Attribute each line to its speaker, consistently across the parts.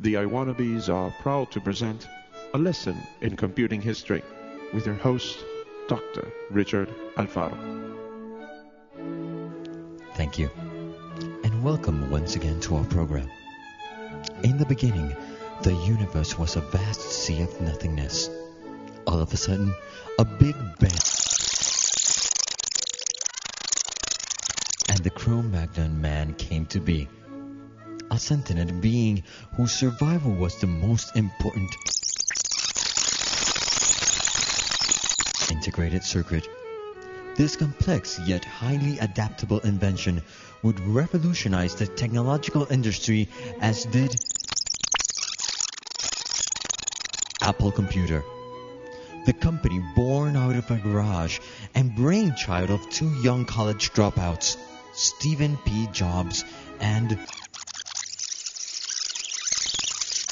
Speaker 1: The Iwannabes are proud to present a lesson in computing history with your host, Dr. Richard Alfaro.
Speaker 2: Thank you. And welcome once again to our program. In the beginning, the universe was a vast sea of nothingness. All of a sudden, a big bang. And the Cro Magnon man came to be. A sentient being whose survival was the most important integrated circuit this complex yet highly adaptable invention would revolutionize the technological industry as did Apple Computer. The company born out of a garage and brainchild of two young college dropouts, Stephen P. Jobs and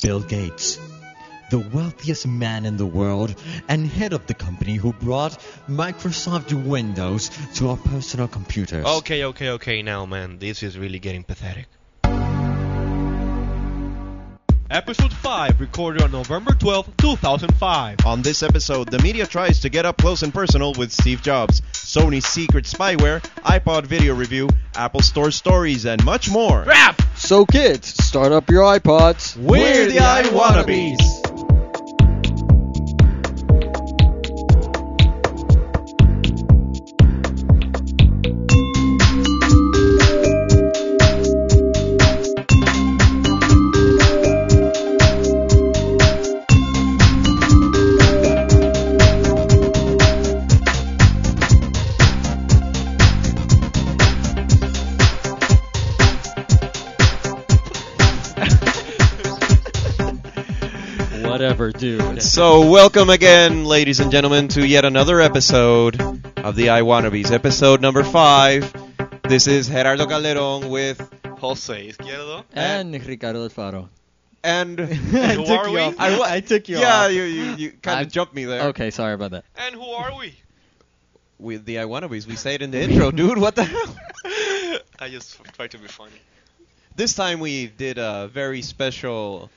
Speaker 2: Bill Gates the wealthiest man in the world and head of the company who brought Microsoft Windows to our personal computers.
Speaker 3: Okay, okay, okay, now, man, this is really getting pathetic. Episode 5, recorded on November 12, 2005.
Speaker 4: On this episode, the media tries to get up close and personal with Steve Jobs, Sony's secret spyware, iPod video review, Apple Store stories, and much more.
Speaker 3: Crap!
Speaker 5: So kids, start up your iPods.
Speaker 4: We're the I Wannabes.
Speaker 5: Whatever, dude.
Speaker 4: So, welcome again, ladies and gentlemen, to yet another episode of the I Wannabes, episode number five. This is Gerardo Calderon with.
Speaker 3: Jose Izquierdo.
Speaker 5: And Ricardo Alfaro.
Speaker 4: And.
Speaker 5: I
Speaker 3: Who
Speaker 5: took
Speaker 3: are
Speaker 5: you
Speaker 3: we?
Speaker 5: off. I, I took you
Speaker 4: yeah,
Speaker 5: off.
Speaker 4: you, you, you kind
Speaker 5: I'm-
Speaker 4: of jumped me there.
Speaker 5: Okay, sorry about that.
Speaker 3: And who are we?
Speaker 4: With the I Wannabes, we say it in the intro, dude. What the hell?
Speaker 3: I just try to be funny.
Speaker 4: This time we did a very special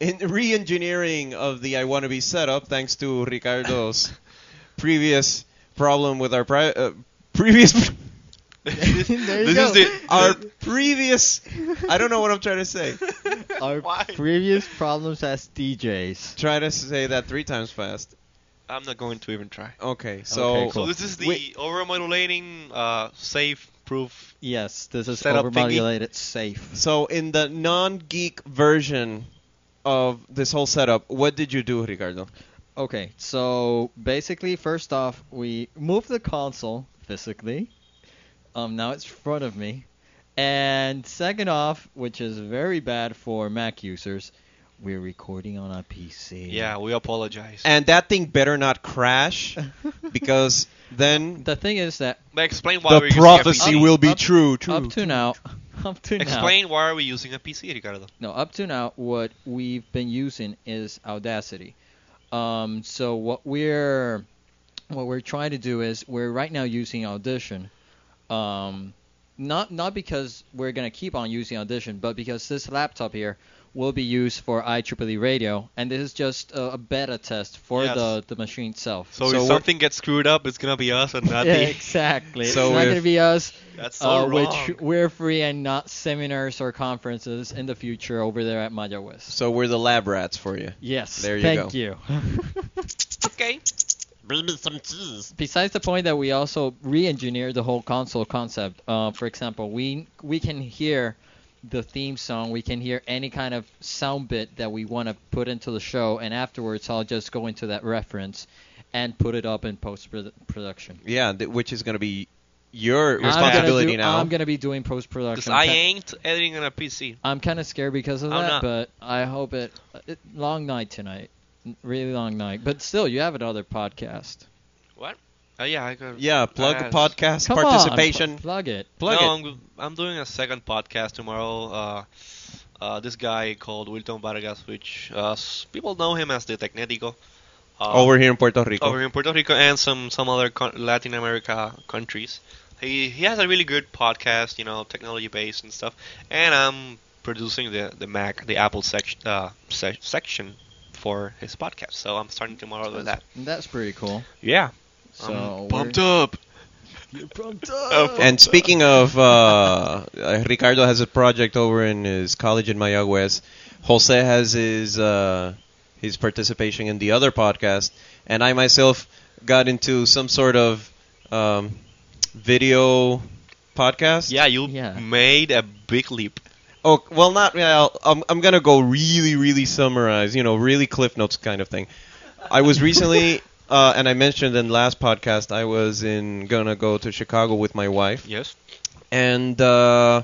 Speaker 4: in- re-engineering of the I Wanna Be setup, thanks to Ricardo's previous problem with our pri- uh, previous
Speaker 3: this
Speaker 5: There you
Speaker 3: this is
Speaker 5: go.
Speaker 3: the.
Speaker 4: our previous. I don't know what I'm trying to say.
Speaker 5: Our
Speaker 3: Why?
Speaker 5: previous problems as DJs.
Speaker 4: Try to say that three times fast.
Speaker 3: I'm not going to even try.
Speaker 4: Okay, so
Speaker 5: Okay,
Speaker 3: So
Speaker 5: cool.
Speaker 3: this is the
Speaker 4: Wait.
Speaker 3: overmodulating, uh, safe proof.
Speaker 5: Yes, this is
Speaker 3: Set up thingy.
Speaker 5: overmodulated safe.
Speaker 4: so in the non-geek version of this whole setup, what did you do, Ricardo?
Speaker 5: Okay, so basically, first off, we moved the console physically. Um, now it's in front of me. And second off, which is very bad for Mac users, we're recording on a PC.
Speaker 3: Yeah, we apologize.
Speaker 4: And that thing better not crash, because then
Speaker 5: The thing is that
Speaker 3: But explain why we're using a PC.
Speaker 5: will be
Speaker 4: true.
Speaker 5: up to now, up to now,
Speaker 3: Explain why are we using a PC, Ricardo?
Speaker 5: No, up to now, what we've been using is Audacity. Um, so what we're what we're trying to do is we're right now using Audition. Um, not not because we're gonna keep on using Audition, but because this laptop here will be used for IEEE radio, and this is just a, a beta test for
Speaker 3: Yes.
Speaker 5: the the machine itself.
Speaker 3: So,
Speaker 4: So
Speaker 3: if
Speaker 4: we're-
Speaker 3: something gets screwed up, it's gonna be us and not
Speaker 5: yeah,
Speaker 3: the.
Speaker 5: exactly.
Speaker 4: So
Speaker 5: it's not
Speaker 4: if-
Speaker 5: gonna be us,
Speaker 3: That's so
Speaker 5: uh,
Speaker 3: wrong.
Speaker 5: which we're free and not seminars or conferences in the future over there at Maja West.
Speaker 4: So we're the lab rats for you.
Speaker 5: Yes.
Speaker 4: There you
Speaker 5: thank
Speaker 4: go.
Speaker 5: you.
Speaker 3: okay.
Speaker 5: Besides the point that we also re-engineered the whole console concept. Uh, for example, we we can hear the theme song. We can hear any kind of sound bit that we want to put into the show, and afterwards, I'll just go into that reference and put it up in post production.
Speaker 4: Yeah, th- which is going to be your
Speaker 5: I'm gonna,
Speaker 4: responsibility
Speaker 5: do-
Speaker 4: now.
Speaker 5: I'm gonna be doing post
Speaker 3: Because
Speaker 5: production.
Speaker 3: I ain't editing on a PC.
Speaker 5: I'm kind of scared because of
Speaker 3: I'm
Speaker 5: that,
Speaker 3: not.
Speaker 5: but I hope it, it. Long night tonight, really long night. But still, you have another podcast.
Speaker 3: Oh yeah, I got.
Speaker 4: yeah, plug
Speaker 3: Yes.
Speaker 4: podcast
Speaker 5: Come
Speaker 4: participation.
Speaker 5: on, pl- plug it.
Speaker 4: plug
Speaker 3: no,
Speaker 4: it.
Speaker 3: I'm, I'm doing a second podcast tomorrow. Uh, uh, this guy called Wilton Vargas, which uh, s- people know him as the Tecnético. Uh,
Speaker 4: Over here in Puerto Rico.
Speaker 3: over in Puerto Rico and some some other co- Latin America countries. He he has a really good podcast, you know, technology based and stuff. And I'm producing the the Mac the Apple section uh, se- section for his podcast. So I'm starting tomorrow with that. Um,
Speaker 5: That's pretty cool.
Speaker 3: Yeah.
Speaker 5: So we're-
Speaker 3: pumped up.
Speaker 5: You're pumped
Speaker 3: Oh,
Speaker 5: up.
Speaker 3: fuck.
Speaker 4: And speaking of, uh, uh, Ricardo has a project over in his college in Maya West. Jose has his uh, his participation in the other podcast, and I myself got into some sort of um, video podcast.
Speaker 3: Yeah, you
Speaker 5: Yeah.
Speaker 3: made a big leap.
Speaker 4: Oh well, not. Well, I'm I'm gonna go really, really summarize. You know, really cliff notes kind of thing. I was recently, uh, and I mentioned in last podcast, I was in gonna go to Chicago with my wife
Speaker 3: Yes.
Speaker 4: and uh,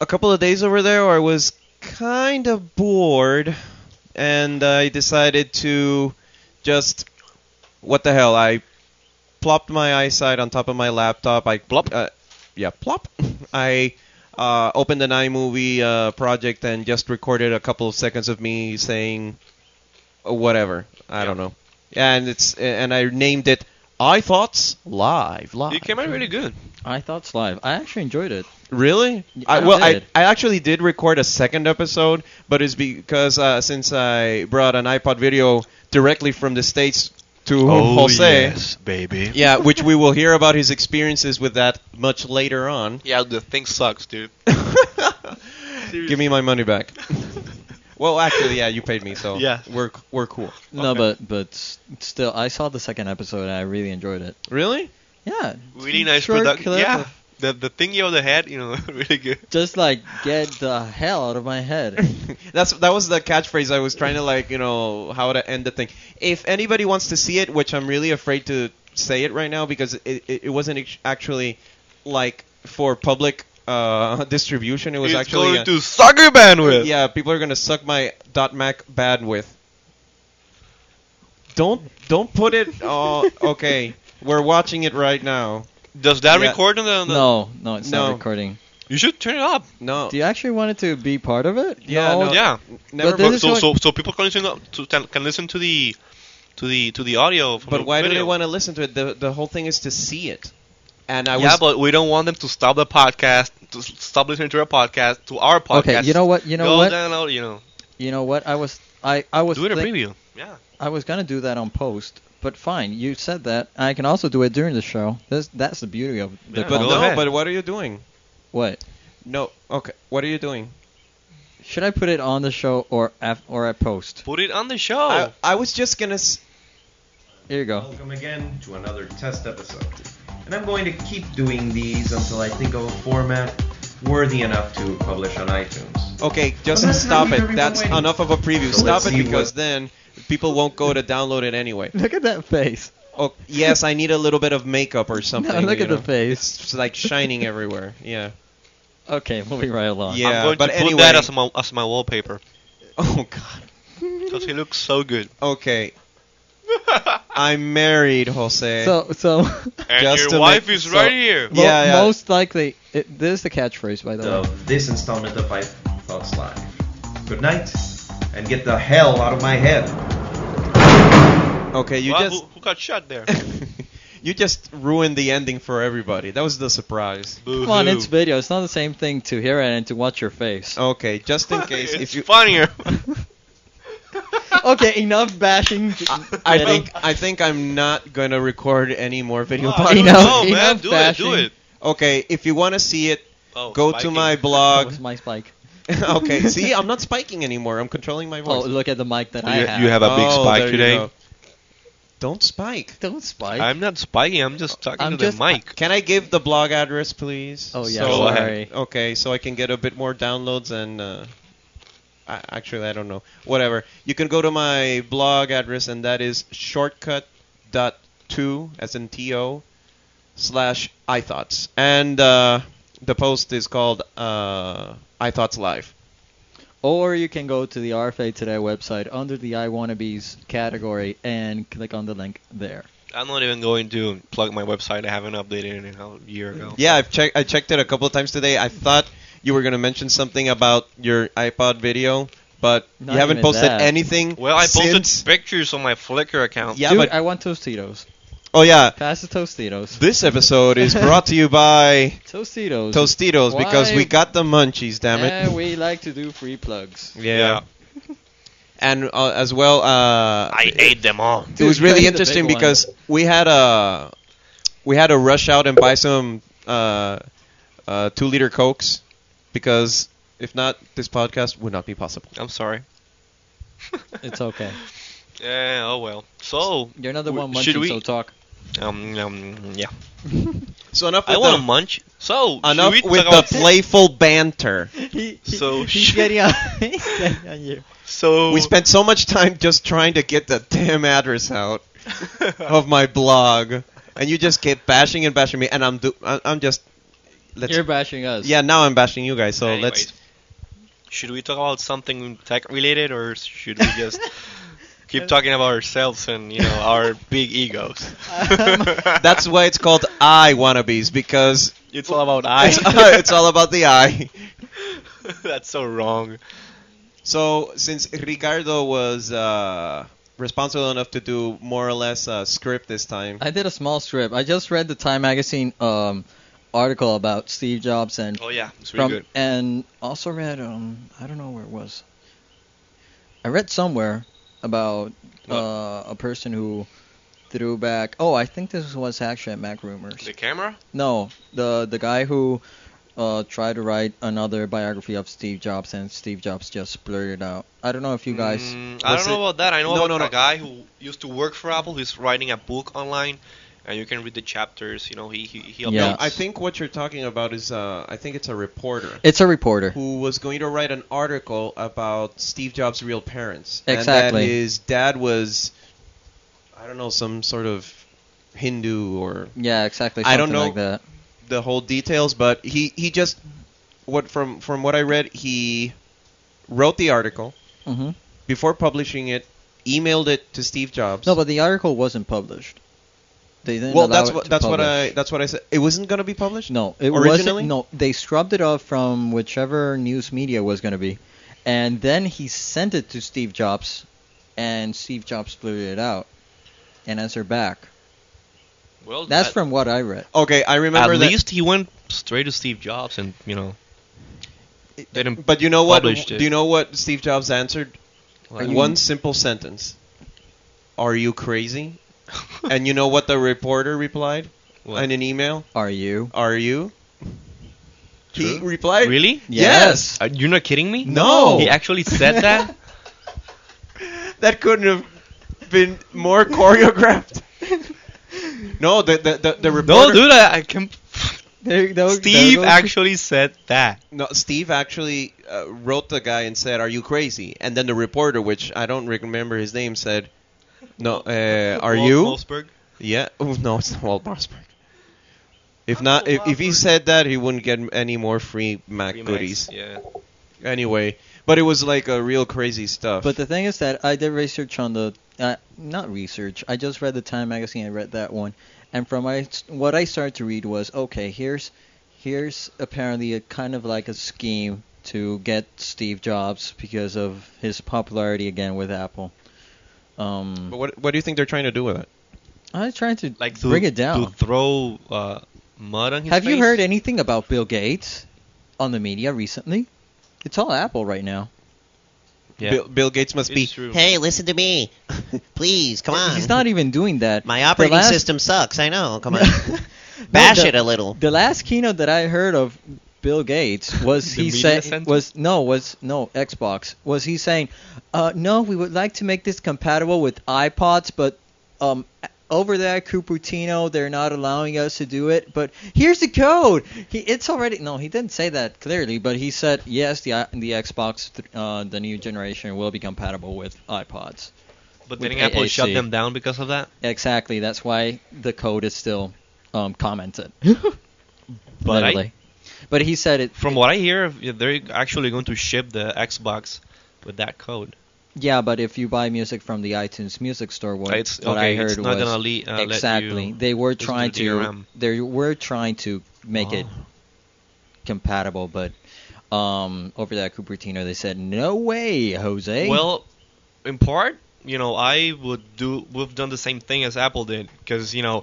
Speaker 4: a couple of days over there, I was kind of bored, and I decided to just what the hell? I plopped my eyesight on top of my laptop. I plop, uh, yeah, plop. I uh, opened an iMovie uh, project and just recorded a couple of seconds of me saying whatever. I
Speaker 3: Yeah.
Speaker 4: don't know. And it's and I named it I Thoughts Live. Live.
Speaker 3: You came out really good.
Speaker 5: I thought it's live. I actually enjoyed it.
Speaker 4: Really?
Speaker 5: Yeah,
Speaker 4: I,
Speaker 5: I
Speaker 4: well, I,
Speaker 5: did.
Speaker 4: I actually did record a second episode, but it's because uh, since I brought an iPod video directly from the States to
Speaker 2: Oh,
Speaker 4: Jose,
Speaker 3: baby. Yeah.
Speaker 4: yeah, which we will hear about his experiences with that much later on.
Speaker 3: Yeah, the thing sucks, dude.
Speaker 4: Give me my money back. well, actually, yeah, you paid me, so
Speaker 3: Yeah.
Speaker 4: we're, we're cool.
Speaker 5: No, but but s- still, I saw the second episode and I really enjoyed it.
Speaker 4: Really?
Speaker 5: Yeah.
Speaker 3: Really nice
Speaker 5: short
Speaker 3: production.
Speaker 5: clip
Speaker 3: Yeah.
Speaker 5: of-
Speaker 3: The the thingy on the head, you know, really good.
Speaker 5: Just like get the hell out of my head.
Speaker 4: That's that was the catchphrase I was trying to like you know how to end the thing. If anybody wants to see it, which I'm really afraid to say it right now because it it, it wasn't ex- actually like for public uh, distribution. It was
Speaker 3: it's
Speaker 4: actually
Speaker 3: going
Speaker 4: uh,
Speaker 3: to suck your bandwidth.
Speaker 4: yeah. People are gonna suck my .mac bandwidth. Don't don't put it. Oh, okay. We're watching it right now.
Speaker 3: Does that
Speaker 4: Yeah.
Speaker 3: record on the, on the-
Speaker 5: No, no, it's
Speaker 4: No.
Speaker 5: not recording.
Speaker 3: You should turn it up. Oh,
Speaker 4: No.
Speaker 5: Do you actually want it to be part of it?
Speaker 4: Yeah, no.
Speaker 3: Yeah.
Speaker 4: Never.
Speaker 5: But this
Speaker 4: mind.
Speaker 5: is
Speaker 3: so,
Speaker 5: what-
Speaker 3: so so people can listen to to- can listen to the to the to the audio. From
Speaker 4: But
Speaker 3: the
Speaker 4: why do
Speaker 3: video.
Speaker 4: they want to listen to it? The the whole thing is to see it. And I
Speaker 3: yeah,
Speaker 4: was
Speaker 3: but we don't want them to stop the podcast, to s- stop listening to our podcast, to our podcast.
Speaker 5: Okay, you know what? You know
Speaker 3: Go
Speaker 5: what?
Speaker 3: download, you know,
Speaker 5: You know what? I was I I was
Speaker 3: do it a
Speaker 5: think-
Speaker 3: preview. Yeah.
Speaker 5: I was gonna do that on post, but fine. You said that. I can also do it during the show. That's that's the beauty of the
Speaker 3: Yeah,
Speaker 4: But
Speaker 3: Go
Speaker 5: concept.
Speaker 4: no,
Speaker 3: ahead.
Speaker 4: but what are you doing?
Speaker 5: What
Speaker 4: No, okay. What are you doing?
Speaker 5: should I put it on the show or af- or at post?
Speaker 3: Put it on the
Speaker 5: Oh.
Speaker 3: show.
Speaker 4: I, I was just gonna. S-
Speaker 5: Here you go.
Speaker 6: Welcome again to another test episode. And I'm going to keep doing these until I think of a format worthy enough to publish on iTunes.
Speaker 4: okay, just
Speaker 6: Well, that's
Speaker 4: stop
Speaker 6: not leave
Speaker 4: it.
Speaker 6: everyone
Speaker 4: That's
Speaker 6: waiting.
Speaker 4: enough of a preview.
Speaker 6: So
Speaker 4: stop
Speaker 6: let's
Speaker 4: it
Speaker 6: see
Speaker 4: because
Speaker 6: what-
Speaker 4: then people won't go to download it anyway.
Speaker 5: Look at that face.
Speaker 4: Oh, yes, I need a little bit of makeup or something.
Speaker 5: No, look
Speaker 4: you
Speaker 5: at
Speaker 4: know.
Speaker 5: the face.
Speaker 4: It's like shining everywhere. Yeah.
Speaker 5: Okay, moving right along.
Speaker 4: Yeah,
Speaker 3: I'm going
Speaker 4: but
Speaker 3: to
Speaker 4: anyway-
Speaker 3: put that as my as my wallpaper
Speaker 4: Oh God.
Speaker 3: because he looks so good.
Speaker 4: Okay. I'm married, Jose.
Speaker 5: So so
Speaker 3: And
Speaker 4: Just to
Speaker 3: your wife
Speaker 4: make-
Speaker 3: is
Speaker 4: so-
Speaker 3: right here.
Speaker 5: mo-
Speaker 4: Yeah, yeah.
Speaker 5: most likely it, this is the catchphrase by the way.
Speaker 6: Of this installment of I Thoughts Live. Good night, and get the hell out of my head.
Speaker 4: okay, you
Speaker 3: Wow,
Speaker 4: just
Speaker 3: who, who got shot there?
Speaker 4: you just ruined the ending for everybody. That was the surprise.
Speaker 5: Come on, it's video. It's not the same thing to hear it and to watch your face.
Speaker 4: Okay, just in case
Speaker 3: it's
Speaker 4: if you
Speaker 3: funnier.
Speaker 5: okay, enough bashing.
Speaker 4: I
Speaker 5: Getting-
Speaker 4: think I think I'm not gonna record any more video
Speaker 3: Wow, I
Speaker 4: podcasts.
Speaker 3: don't
Speaker 5: You know,
Speaker 3: know,
Speaker 5: you
Speaker 3: Oh, man.
Speaker 5: know
Speaker 3: Do it, do
Speaker 5: bashing.
Speaker 3: it.
Speaker 4: Okay, if you want to see it,
Speaker 3: Oh,
Speaker 4: go to
Speaker 3: spiking.
Speaker 4: my
Speaker 5: that
Speaker 4: blog.
Speaker 5: was Oh, my spike.
Speaker 4: okay, see, I'm not spiking anymore. I'm controlling my
Speaker 5: Oh,
Speaker 4: voice.
Speaker 5: look at the mic that
Speaker 3: You,
Speaker 5: I have.
Speaker 3: you have a big
Speaker 4: Oh,
Speaker 3: spike
Speaker 4: there you
Speaker 3: today.
Speaker 4: go. Don't spike.
Speaker 5: Don't spike.
Speaker 3: I'm not spiking. I'm just talking
Speaker 5: I'm
Speaker 3: to
Speaker 5: just-
Speaker 3: the mic.
Speaker 4: Can I give the blog address, please?
Speaker 5: Oh, yeah,
Speaker 4: So, uh,
Speaker 5: sorry.
Speaker 4: okay, so I can get a bit more downloads and. Uh, I, actually, I don't know. Whatever. You can go to my blog address, and that is shortcut.to, as in T-O, slash iThoughts. And uh, the post is called uh, iThoughts Live.
Speaker 5: Or you can go to the RFA Today website under the I Wannabes category and click on the link there.
Speaker 3: I'm not even going to plug my website. I haven't updated it in a year ago.
Speaker 4: Yeah, I've checked. I checked it a couple of times today. I thought you were gonna mention something about your iPod video, but
Speaker 5: Not
Speaker 4: you haven't
Speaker 5: even
Speaker 4: posted
Speaker 5: that.
Speaker 4: anything.
Speaker 3: Well, I posted
Speaker 4: since-
Speaker 3: pictures on my Flickr account.
Speaker 4: Yeah,
Speaker 5: Dude,
Speaker 4: but
Speaker 5: I want Tostitos.
Speaker 4: Oh yeah,
Speaker 5: Pass the Tostitos.
Speaker 4: this episode is brought to you by
Speaker 5: Tostitos.
Speaker 4: Tostitos because
Speaker 5: Why?
Speaker 4: we got the munchies. Damn it.
Speaker 5: Eh, we like to do free plugs.
Speaker 4: Yeah. And uh, as well, uh,
Speaker 3: I ate them all.
Speaker 4: it was
Speaker 5: Dude, you
Speaker 4: really
Speaker 5: ate the
Speaker 4: interesting
Speaker 5: big one.
Speaker 4: because we had a we had to rush out and buy some uh, uh, two liter cokes because if not, this podcast would not be possible.
Speaker 3: I'm sorry.
Speaker 5: It's okay.
Speaker 3: Yeah. Oh well. So
Speaker 5: You're another
Speaker 3: W-
Speaker 5: one munching,
Speaker 3: should we-
Speaker 5: so talk.
Speaker 3: um, um yeah.
Speaker 4: So enough
Speaker 3: I
Speaker 4: with
Speaker 3: want to
Speaker 4: the,
Speaker 3: munch. So should
Speaker 4: enough
Speaker 3: we talk
Speaker 4: with the
Speaker 3: about-
Speaker 4: playful banter.
Speaker 5: He,
Speaker 3: So
Speaker 5: he's
Speaker 3: sh-
Speaker 5: getting on, he's getting on you.
Speaker 3: so
Speaker 4: We spent so much time just trying to get the damn address out of my blog, and you just keep bashing and bashing me, and I'm do- I- I'm just let's
Speaker 5: You're bashing us.
Speaker 4: yeah now I'm bashing you guys. So
Speaker 3: Anyways,
Speaker 4: let's
Speaker 3: Should we talk about something tech related, or should we just keep talking about ourselves and you know our big egos? Um,
Speaker 4: that's why it's called I wannabes because
Speaker 3: It's all about
Speaker 4: it's,
Speaker 3: I.
Speaker 4: it's all about the eye.
Speaker 3: That's so wrong.
Speaker 4: So since Ricardo was uh, responsible enough to do more or less a script this time,
Speaker 5: I did a small strip. I just read the Time magazine um, article about Steve Jobs and
Speaker 3: Oh yeah, it's really
Speaker 5: from
Speaker 3: good.
Speaker 5: and also read um I don't know where it was. I read somewhere about
Speaker 3: What?
Speaker 5: uh, a person who threw back. Oh, I think this was actually at Mac Rumors.
Speaker 3: The camera.
Speaker 5: No, the the guy who uh, tried to write another biography of Steve Jobs and Steve Jobs just blurted out. I don't know if you guys.
Speaker 3: Mm, I
Speaker 4: was
Speaker 3: don't know
Speaker 4: it-
Speaker 3: about that. I know
Speaker 4: No,
Speaker 3: about
Speaker 4: no,
Speaker 3: a
Speaker 4: no.
Speaker 3: guy who used to work for Apple. who's writing a book online, and you can read the chapters. You know, he he, he
Speaker 5: Yeah.
Speaker 3: updates.
Speaker 4: I think what you're talking about is uh, I think it's a reporter.
Speaker 5: It's a reporter.
Speaker 4: who was going to write an article about Steve Jobs' real parents. And
Speaker 5: Exactly.
Speaker 4: that his dad was, I don't know, some sort of Hindu or
Speaker 5: Yeah, exactly.
Speaker 4: I
Speaker 5: Something
Speaker 4: don't
Speaker 5: like that.
Speaker 4: the whole details, but he, he just, what from, from what I read, he wrote the article.
Speaker 5: hmm
Speaker 4: Before publishing it, emailed it to Steve Jobs.
Speaker 5: No, but the article wasn't published. They didn't.
Speaker 4: well,
Speaker 5: allow
Speaker 4: that's
Speaker 5: it
Speaker 4: what
Speaker 5: to
Speaker 4: that's what I
Speaker 5: publish.
Speaker 4: that's what I said. It wasn't going to be published.
Speaker 5: No, it
Speaker 4: Originally?
Speaker 5: wasn't. No, they scrubbed it off from whichever news media was going to be, and then he sent it to Steve Jobs, and Steve Jobs blurted it out, and answered back.
Speaker 3: well,
Speaker 5: That's
Speaker 3: at-
Speaker 5: from what I read.
Speaker 4: Okay, I remember
Speaker 3: At
Speaker 4: that.
Speaker 3: least he went straight to Steve Jobs, and you know, didn't.
Speaker 4: but you know what?
Speaker 3: published it.
Speaker 4: Do you know what Steve Jobs answered?
Speaker 3: What?
Speaker 4: One simple sentence. Are you crazy? and you know what the reporter replied
Speaker 3: What?
Speaker 4: in an email?
Speaker 5: Are you?
Speaker 4: Are you? He
Speaker 3: True.
Speaker 4: replied,
Speaker 3: really?
Speaker 4: Yes.
Speaker 3: Are, uh, you're not kidding me?
Speaker 4: No.
Speaker 3: He actually said that.
Speaker 4: That couldn't have been more choreographed. no, the the the, the
Speaker 3: no,
Speaker 4: reporter.
Speaker 3: dude, I, I can.
Speaker 5: There- there- there
Speaker 3: Steve
Speaker 5: goes-
Speaker 3: actually said that.
Speaker 4: No, Steve actually uh, wrote the guy and said, "Are you crazy?" And then the reporter, which I don't remember his name, said, "No, uh, are
Speaker 3: Wal-
Speaker 4: you?"
Speaker 3: Wolfsburg?
Speaker 4: Yeah. Oh, no, it's not Walt Mossberg. If
Speaker 3: Oh,
Speaker 4: not, if, if he said that, he wouldn't get any more free Mac
Speaker 3: Remax,
Speaker 4: goodies.
Speaker 3: Yeah.
Speaker 4: Anyway, but it was like a real crazy stuff.
Speaker 5: But the thing is that I did research on the uh, not research. I just read the Time magazine. I read that one, and from my, what I started to read was okay. Here's here's apparently a kind of like a scheme to get Steve Jobs because of his popularity again with Apple. Um,
Speaker 4: But what what do you think they're trying to do with it?
Speaker 5: I was trying to
Speaker 3: Like to,
Speaker 5: bring it
Speaker 3: to
Speaker 5: down.
Speaker 3: throw uh, mud on his
Speaker 5: Have you
Speaker 3: face?
Speaker 5: heard anything about Bill Gates on the media recently? It's all Apple right now.
Speaker 3: Yeah.
Speaker 4: Bill, Bill Gates must be.
Speaker 3: It's true.
Speaker 7: Hey, listen to me. Please, come on.
Speaker 5: He's not even doing that.
Speaker 7: My operating
Speaker 5: The last-
Speaker 7: system sucks. I know. Come on. Bash
Speaker 5: No, the-
Speaker 7: it a little.
Speaker 5: The last keynote that I heard of Bill Gates
Speaker 3: The
Speaker 5: was he
Speaker 3: media
Speaker 5: said
Speaker 3: center?
Speaker 5: was no was no Xbox was he saying uh, no we would like to make this compatible with iPods but um over there at Cupertino they're not allowing us to do it but here's the code he it's already no he didn't say that clearly but he said yes the i- the Xbox uh, the new generation will be compatible with iPods
Speaker 3: But didn't
Speaker 5: with
Speaker 3: Apple shut
Speaker 5: AAC.
Speaker 3: them down because of that?
Speaker 5: exactly that's why the code is still um, commented
Speaker 3: But I-
Speaker 5: Literally. but he said it
Speaker 3: From what I hear, they're actually going to ship the Xbox with that code.
Speaker 5: Yeah, but if you buy music from the iTunes Music Store, what,
Speaker 3: it's
Speaker 5: what
Speaker 3: okay.
Speaker 5: I heard
Speaker 3: it's not
Speaker 5: was
Speaker 3: gonna le- uh, let
Speaker 5: exactly
Speaker 3: you
Speaker 5: they were
Speaker 3: listen to
Speaker 5: trying to
Speaker 3: DRM.
Speaker 5: they were trying to make it
Speaker 3: Oh.
Speaker 5: compatible, but um, over there at Cupertino they said no way, Jose.
Speaker 3: Well, in part, you know, I would do. We've done the same thing as Apple did because you know,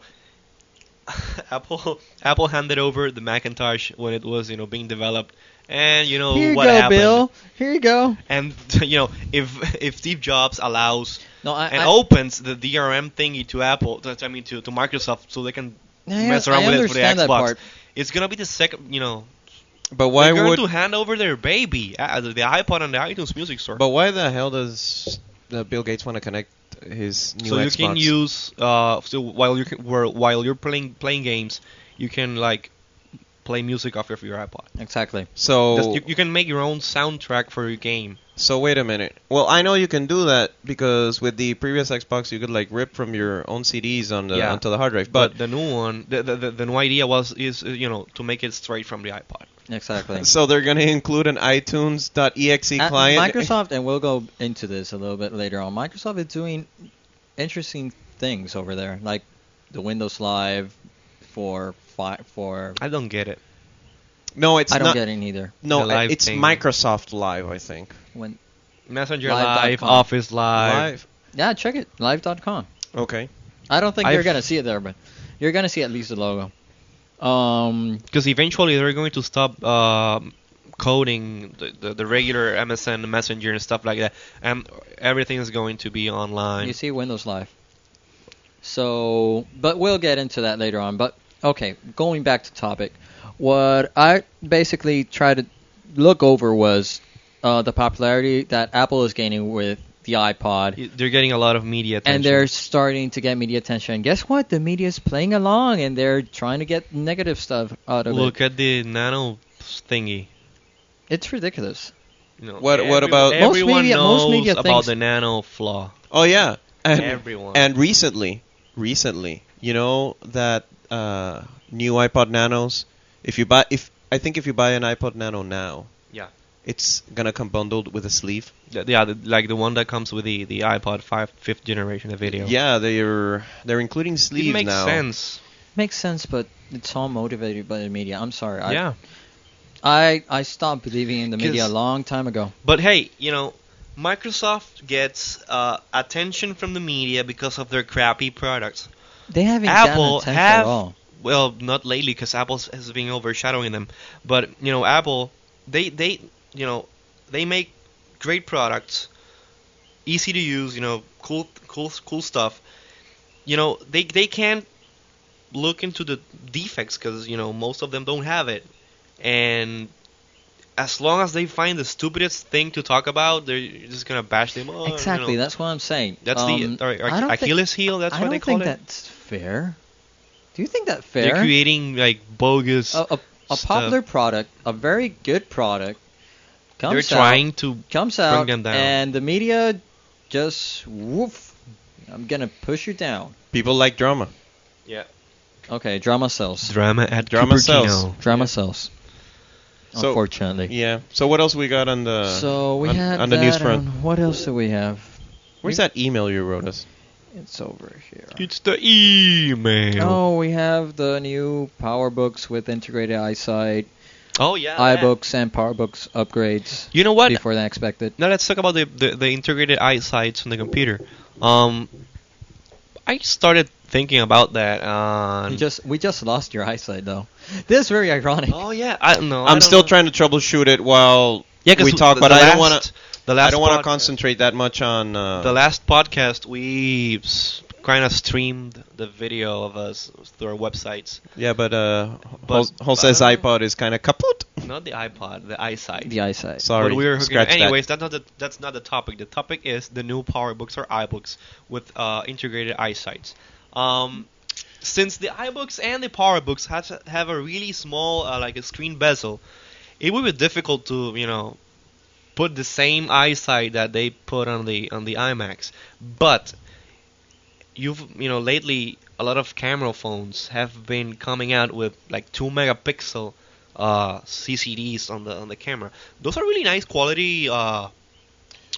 Speaker 3: Apple Apple handed over the Macintosh when it was you know being developed, and you know
Speaker 5: Here you
Speaker 3: what
Speaker 5: go,
Speaker 3: happened.
Speaker 5: Bill. Here you go.
Speaker 3: And you know, if if Steve Jobs allows
Speaker 5: No, I,
Speaker 3: and oh,
Speaker 5: I,
Speaker 3: opens the DRM thingy to Apple, to- I mean to, to Microsoft, so they can
Speaker 5: I-
Speaker 3: mess around
Speaker 5: I
Speaker 3: with it for the
Speaker 5: understand
Speaker 3: Xbox.
Speaker 5: that part.
Speaker 3: It's gonna be the second, you know,
Speaker 4: But why
Speaker 3: they're
Speaker 4: would?
Speaker 3: going to hand over their baby, uh, the iPod and the iTunes Music Store.
Speaker 4: But why the hell does uh, Bill Gates want to connect his new
Speaker 3: so you
Speaker 4: Xbox?
Speaker 3: can use uh, so while you can, where- while you're playing playing games, you can like play music off of your iPod.
Speaker 5: Exactly.
Speaker 4: so
Speaker 3: Just- you, you can make your own soundtrack for your game.
Speaker 4: So wait a minute. Well, I know you can do that because with the previous Xbox, you could like rip from your own CDs on the
Speaker 3: Yeah.
Speaker 4: onto the hard drive.
Speaker 3: But
Speaker 4: But,
Speaker 3: the new one, the, the, the, the new idea was is uh, you know to make it straight from the iPod.
Speaker 5: Exactly.
Speaker 4: so they're gonna include an iTunes.exe
Speaker 5: Uh,
Speaker 4: E client.
Speaker 5: Microsoft, and we'll go into this a little bit later on. Microsoft is doing interesting things over there, like the Windows Live for fi- for.
Speaker 3: I don't get it.
Speaker 4: No, it's
Speaker 5: I don't
Speaker 4: not.
Speaker 5: get it either.
Speaker 4: No,
Speaker 3: The live
Speaker 4: it's
Speaker 3: thing.
Speaker 4: Microsoft Live, I think.
Speaker 5: When
Speaker 3: Messenger
Speaker 5: Live.com.
Speaker 3: Live, Office Live.
Speaker 5: yeah, check it live.com.
Speaker 4: Okay.
Speaker 5: I don't think you're
Speaker 3: I've-
Speaker 5: gonna see it there, but you're gonna see at least the logo. Um,
Speaker 3: Because eventually they're going to stop um coding the, the, the regular MSN Messenger and stuff like that, and everything is going to be online.
Speaker 5: You see Windows Live. So, but we'll get into that later on. But okay, going back to topic, what I basically tried to look over was uh, the popularity that Apple is gaining with the iPod,
Speaker 3: Y- They're getting a lot of media attention.
Speaker 5: and they're starting to get media attention. And guess what? The media is playing along, and they're trying to get negative stuff out of
Speaker 3: look
Speaker 5: it.
Speaker 3: at the nano thingy.
Speaker 5: It's ridiculous.
Speaker 3: You know,
Speaker 4: What- what
Speaker 3: every-
Speaker 4: about-
Speaker 5: Most
Speaker 3: everyone
Speaker 5: media-
Speaker 3: knows
Speaker 5: most media
Speaker 3: about
Speaker 5: things-
Speaker 3: the nano flaw?
Speaker 4: Oh yeah. And,
Speaker 3: Everyone.
Speaker 4: And recently, recently, you know that uh, new iPod Nanos. If you buy, if I think if you buy an iPod Nano now,
Speaker 3: Yeah.
Speaker 4: it's gonna come bundled with a sleeve.
Speaker 3: Th- Yeah, the, like the one that comes with the, the iPod 5 fifth generation of video.
Speaker 4: Yeah, they're they're including sleeve
Speaker 3: it makes
Speaker 4: now.
Speaker 3: sense.
Speaker 5: Makes sense, but it's all motivated by the media. I'm sorry. I,
Speaker 3: yeah,
Speaker 5: I, I stopped believing in the media a
Speaker 3: 'Cause-
Speaker 5: long time ago.
Speaker 3: but hey, you know, Microsoft gets uh, attention from the media because of their crappy products.
Speaker 5: They haven't
Speaker 3: Apple
Speaker 5: done a test at
Speaker 3: have-
Speaker 5: all.
Speaker 3: well, not lately because Apple has been overshadowing them. But you know, Apple, they they you know, they make great products, easy to use. You know, cool cool cool stuff. You know, they they can't look into the defects because you know most of them don't have it, and as long as they find the stupidest thing to talk about, they're just gonna bash them. Oh, you know,
Speaker 5: Exactly, that's what I'm saying.
Speaker 3: that's
Speaker 5: Um,
Speaker 3: the or, or
Speaker 5: I don't think-
Speaker 3: Achilles heel. That's
Speaker 5: I
Speaker 3: what
Speaker 5: don't
Speaker 3: they call
Speaker 5: think
Speaker 3: it.
Speaker 5: that's fair. Do you think that
Speaker 3: They're
Speaker 5: fair? Oh,
Speaker 3: creating like bogus.
Speaker 5: A, a, a
Speaker 3: stuff.
Speaker 5: popular product, a very good product, comes
Speaker 3: They're
Speaker 5: out,
Speaker 3: trying to
Speaker 5: comes out,
Speaker 3: them down.
Speaker 5: and the media just woof. I'm gonna push you down.
Speaker 4: People like drama.
Speaker 5: Okay, drama sells.
Speaker 3: drama at
Speaker 4: Drama
Speaker 3: drama
Speaker 4: sells.
Speaker 5: drama sells.
Speaker 4: So-
Speaker 5: unfortunately.
Speaker 4: Yeah. So what else we got on the
Speaker 5: so we
Speaker 4: on,
Speaker 5: had
Speaker 4: on the
Speaker 5: that,
Speaker 4: news front?
Speaker 5: and What else do we have?
Speaker 4: Where's that email you wrote us?
Speaker 5: It's over here.
Speaker 3: It's the email.
Speaker 5: Oh, we have the new PowerBooks with integrated eyesight,
Speaker 3: Oh, yeah. that.
Speaker 5: iBooks and PowerBooks upgrades
Speaker 3: You know what?
Speaker 5: before than expected.
Speaker 3: Now let's talk about the, the, the integrated eyesights on the computer. Um, I started thinking about that. On
Speaker 5: You just we just lost your eyesight though. This is very ironic.
Speaker 3: oh yeah, I no. I
Speaker 4: I'm
Speaker 3: don't
Speaker 4: still
Speaker 3: know.
Speaker 4: trying to troubleshoot it while
Speaker 3: Yeah, 'cause
Speaker 4: we talk,
Speaker 3: the
Speaker 4: but I don't want
Speaker 3: last-
Speaker 4: to.
Speaker 3: The last
Speaker 4: I don't want to
Speaker 3: podca-
Speaker 4: concentrate that much on. Uh,
Speaker 3: The last podcast we kind of streamed the video of us through our websites.
Speaker 4: yeah, but uh,
Speaker 3: But-
Speaker 4: Hol- Hol says
Speaker 3: I don't know.
Speaker 4: iPod is kind of kaput.
Speaker 3: Not the iPod, the eyesight.
Speaker 5: The eyesight.
Speaker 4: Sorry,
Speaker 3: But we were hooking.
Speaker 4: scratch that.
Speaker 3: Anyways, that's not the that's not the topic. The topic is the new PowerBooks or iBooks with uh, integrated eyesight. Um, since the iBooks and the PowerBooks has have a really small uh, like a screen bezel, it would be difficult to you know put the same eyesight that they put on the on the iMacs. But you've you know lately a lot of camera phones have been coming out with like two megapixel uh, CCDs on the on the camera. Those are really nice quality uh,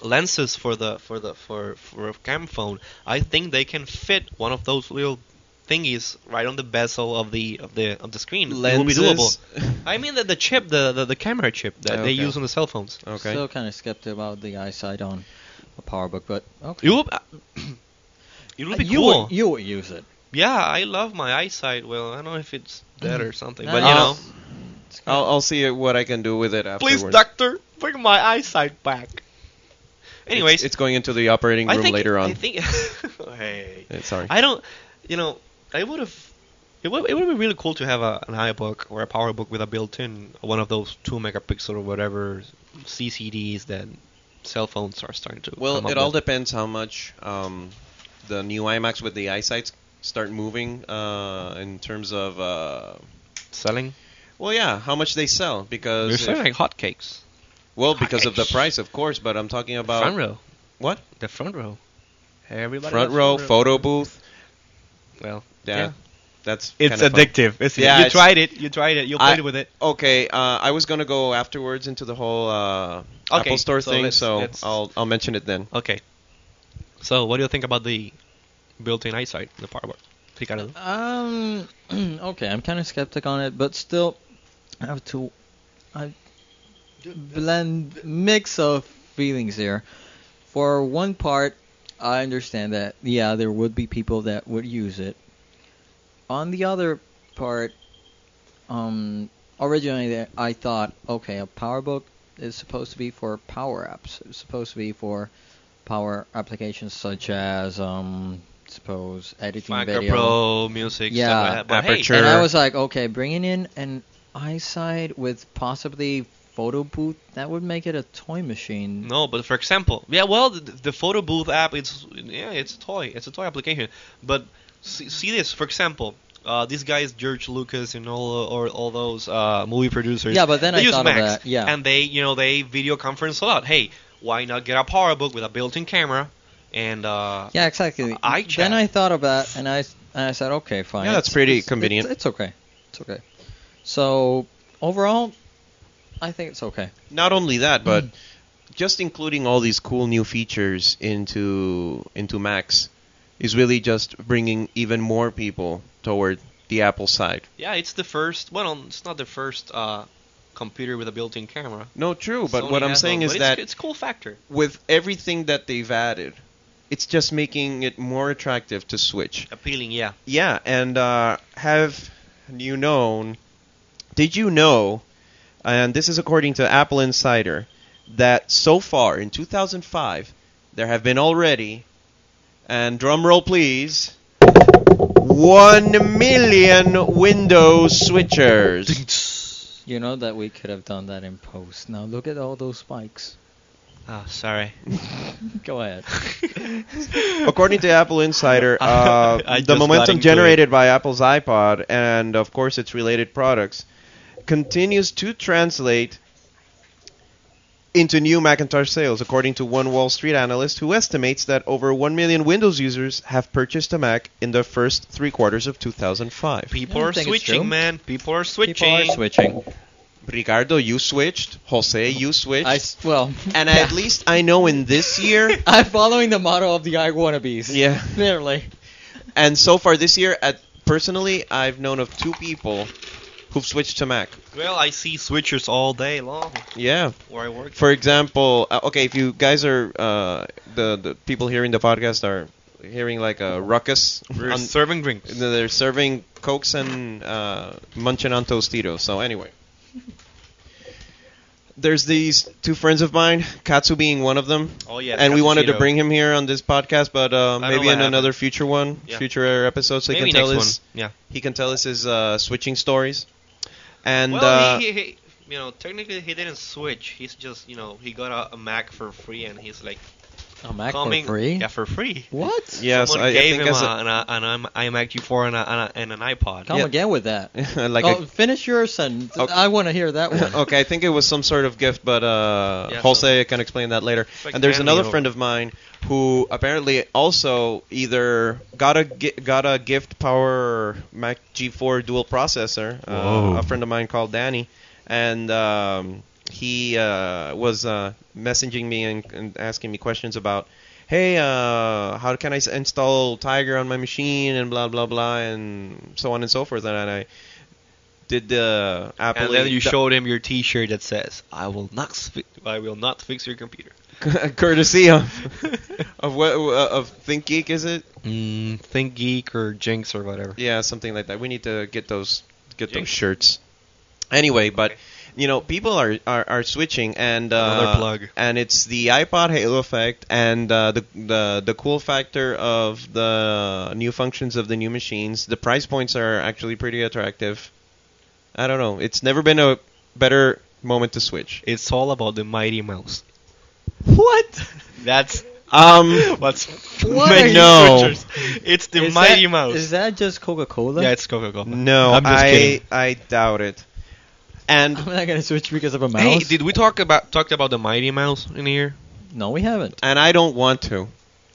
Speaker 3: lenses for the for the for for a cam phone. I think they can fit one of those little thingies right on the bezel of the of the of the screen. It will be doable.
Speaker 4: Lenses.
Speaker 3: I mean the the chip, the the, the camera chip that they
Speaker 4: Okay.
Speaker 3: use on the cell phones.
Speaker 4: okay.
Speaker 5: Still kind of skeptical about the eyesight on a power book, but okay.
Speaker 3: It will, uh, it will be
Speaker 5: you
Speaker 3: cool.
Speaker 5: would, you would use it.
Speaker 3: yeah, I love my eyesight. Well, I don't know if it's dead or something, but you
Speaker 5: Nice.
Speaker 3: know.
Speaker 5: It's good.
Speaker 4: I'll, I'll see what I can do with it afterwards.
Speaker 3: Please, doctor, bring my eyesight back.
Speaker 4: It's-
Speaker 3: Anyways,
Speaker 4: it's, going into the operating
Speaker 3: I
Speaker 4: room
Speaker 3: think,
Speaker 4: later on.
Speaker 3: I think. Oh, hey,
Speaker 4: Eh, Sorry.
Speaker 3: I don't. You know, I would have. It would, it would be really cool to have a, an iBook or a PowerBook with a built-in one of those two megapixel or whatever CCDs that cell phones are starting to. come
Speaker 4: Well,
Speaker 3: up
Speaker 4: it all
Speaker 3: with.
Speaker 4: depends how much um, the new IMAX with the eyesights start moving uh, in terms of. Uh,
Speaker 3: selling.
Speaker 4: well, yeah, how much they sell
Speaker 3: They're
Speaker 4: because if-
Speaker 3: selling like hotcakes.
Speaker 4: well because of the price, of course. But I'm talking about
Speaker 3: front row.
Speaker 4: what
Speaker 3: The front row. Everybody.
Speaker 4: front
Speaker 3: loves
Speaker 4: row, photo booth.
Speaker 3: Well,
Speaker 4: Yeah,
Speaker 3: Yeah.
Speaker 4: that's
Speaker 3: it's
Speaker 4: kinda fun.
Speaker 3: addictive. It's,
Speaker 4: Yeah,
Speaker 3: you
Speaker 4: it's-
Speaker 3: tried it. You tried it. You
Speaker 4: I-
Speaker 3: played with it.
Speaker 4: Okay, uh, I was gonna go afterwards into the whole uh,
Speaker 3: Okay,
Speaker 4: Apple Store
Speaker 3: so
Speaker 4: thing,
Speaker 3: let's-
Speaker 4: so
Speaker 3: let's-
Speaker 4: I'll I'll mention it then.
Speaker 3: Okay. So, what do you think about the built-in eyesight, the power board? Ricardo?
Speaker 5: Um. okay, I'm kind of skeptic on it, but still, I have to, I blend mix of feelings here. For one part, I understand that yeah, there would be people that would use it. On the other part, um, originally that I thought, okay, a power book is supposed to be for power apps. It's supposed to be for power applications such as um, suppose editing
Speaker 3: Mac
Speaker 5: video.
Speaker 3: Pro, music,
Speaker 5: Yeah.
Speaker 3: stuff like that. But hey,
Speaker 4: Aperture.
Speaker 5: And
Speaker 4: Sure.
Speaker 5: I was like, okay, bringing in an eyesight with possibly photo booth, that would make it a toy machine.
Speaker 3: no, but for example, yeah, well, the, the photo booth app, it's yeah, it's a toy, it's a toy application. But see, see this, for example, uh, these guys, George Lucas and all or all those uh, movie producers.
Speaker 5: Yeah, but then
Speaker 3: they
Speaker 5: I
Speaker 3: use
Speaker 5: thought of
Speaker 3: Macs,
Speaker 5: that, yeah.
Speaker 3: and they, you know, they video conference a lot. Hey, why not get a PowerBook with a built-in camera? And uh,
Speaker 5: Yeah, exactly.
Speaker 3: I checked.
Speaker 5: then I thought about it and I and I said, okay, fine.
Speaker 4: Yeah, that's
Speaker 5: It's-
Speaker 4: pretty
Speaker 5: it's-
Speaker 4: convenient.
Speaker 5: It's, it's okay. It's okay. So overall, I think it's okay.
Speaker 4: Not only that,
Speaker 3: Hmm.
Speaker 4: but just including all these cool new features into into Max is really just bringing even more people toward the Apple side.
Speaker 3: yeah, it's the first. Well, it's not the first uh, computer with a built-in camera.
Speaker 4: No, true, but
Speaker 3: Sony
Speaker 4: what I'm
Speaker 3: has
Speaker 4: saying
Speaker 3: one,
Speaker 4: is
Speaker 3: but
Speaker 4: that
Speaker 3: it's, it's cool factor.
Speaker 4: with everything that they've added, it's just making it more attractive to Switch.
Speaker 3: appealing. Yeah,
Speaker 4: Yeah, and uh, have you known? Did you know? And this is according to Apple Insider that so far in 2005 there have been already, and drum roll please, one million Windows switchers.
Speaker 5: You know that we could have done that in post. Now look at all those spikes.
Speaker 3: Oh, sorry.
Speaker 5: Go ahead.
Speaker 4: According to Apple Insider,
Speaker 3: I
Speaker 4: uh, the
Speaker 3: just got
Speaker 4: momentum
Speaker 3: into
Speaker 4: generated by Apple's iPod and, of course, its related products continues to translate into new Macintosh sales, according to one Wall Street analyst who estimates that over 1 million Windows users have purchased a Mac in the first three quarters of 2005.
Speaker 3: People
Speaker 5: I
Speaker 3: are
Speaker 5: think it's true.
Speaker 3: switching, man. People are switching.
Speaker 5: People are switching.
Speaker 4: Ricardo, you switched. Jose, you switched.
Speaker 5: I s- well,
Speaker 4: and at least I know in this year.
Speaker 5: I'm following the motto of the I wannabes.
Speaker 4: yeah.
Speaker 5: Literally.
Speaker 4: And so far this year, at personally, I've known of two people who've switched to Mac.
Speaker 3: Well, I see switchers all day long
Speaker 4: Yeah.
Speaker 3: where I work.
Speaker 4: For example, uh, okay, if you guys are uh, the the people hearing the podcast are hearing like a ruckus,
Speaker 3: We're
Speaker 4: on-
Speaker 3: serving drinks.
Speaker 4: they're serving cokes and uh, munching on Tostitos. So anyway. There's these two friends of mine, Katsu being one of them,
Speaker 3: Oh yeah.
Speaker 4: and we wanted to
Speaker 3: cappuccino.
Speaker 4: bring him here on this podcast, but uh,
Speaker 3: know
Speaker 4: maybe
Speaker 3: what
Speaker 4: in
Speaker 3: happened.
Speaker 4: another future one,
Speaker 3: Yeah.
Speaker 4: future episode, so he
Speaker 3: Maybe
Speaker 4: can tell
Speaker 3: next
Speaker 4: us
Speaker 3: one. Yeah.
Speaker 4: he can tell us his uh, switching stories. And
Speaker 3: well,
Speaker 4: uh,
Speaker 3: he, he, he, you know, technically he didn't switch. He's just, you know, he got a, a Mac for free, and he's like
Speaker 5: A Mac
Speaker 3: coming
Speaker 5: for free?
Speaker 3: Yeah, for free.
Speaker 5: What?
Speaker 4: yes,
Speaker 3: Someone
Speaker 4: I, I
Speaker 3: gave
Speaker 4: think
Speaker 3: him
Speaker 4: as
Speaker 3: a, an, a, an im- iMac G4 and, a, and, a, and an iPod.
Speaker 5: Come
Speaker 4: Yeah.
Speaker 5: again with that.
Speaker 4: a, like
Speaker 5: oh,
Speaker 4: a-
Speaker 5: finish yours, and
Speaker 3: Oh.
Speaker 4: Okay.
Speaker 5: I want to hear that one.
Speaker 4: okay, I think it was some sort of gift, but uh,
Speaker 3: Yeah,
Speaker 4: Jose can explain that later.
Speaker 3: like
Speaker 4: and there's
Speaker 3: family
Speaker 4: another
Speaker 3: over.
Speaker 4: friend of mine who apparently also either got a gi- got a gift power Mac G4 dual processor. Uh, a friend of mine called Danny, and um, he uh, was uh, messaging me and, and asking me questions about. Hey, uh, how can I s- install Tiger on my machine and blah blah blah and so on and so forth? And I did the Apple
Speaker 3: And then you
Speaker 4: the-
Speaker 3: showed him your T-shirt that says, "I will not, fi- I will not fix your computer."
Speaker 4: courtesy of of what uh, of Think Geek is it?
Speaker 3: Mm, Think Geek or Jinx or whatever.
Speaker 4: Yeah, something like that. We need to get those get
Speaker 3: Jinx.
Speaker 4: those shirts. Anyway, but you know, people are are, are switching, and uh,
Speaker 3: Another plug.
Speaker 4: and it's the iPod Halo effect, and uh, the the the cool factor of the new functions of the new machines. The price points are actually pretty attractive. I don't know. It's never been a better moment to switch.
Speaker 3: It's all about the Mighty Mouse.
Speaker 4: What?
Speaker 3: That's
Speaker 4: Um.
Speaker 3: what's
Speaker 5: What
Speaker 3: making
Speaker 5: are you-
Speaker 4: No.
Speaker 3: switchers. It's the
Speaker 5: Is
Speaker 3: Mighty
Speaker 5: that-
Speaker 3: Mouse.
Speaker 5: Is that just Coca-Cola?
Speaker 3: yeah, it's Coca-Cola.
Speaker 4: No,
Speaker 3: I'm just
Speaker 4: I
Speaker 3: kidding.
Speaker 4: I doubt it. And
Speaker 5: I'm not gonna switch because of a mouse.
Speaker 3: Hey, did we talk about talked about the Mighty Mouse in here?
Speaker 5: no, we haven't.
Speaker 4: and I don't want to.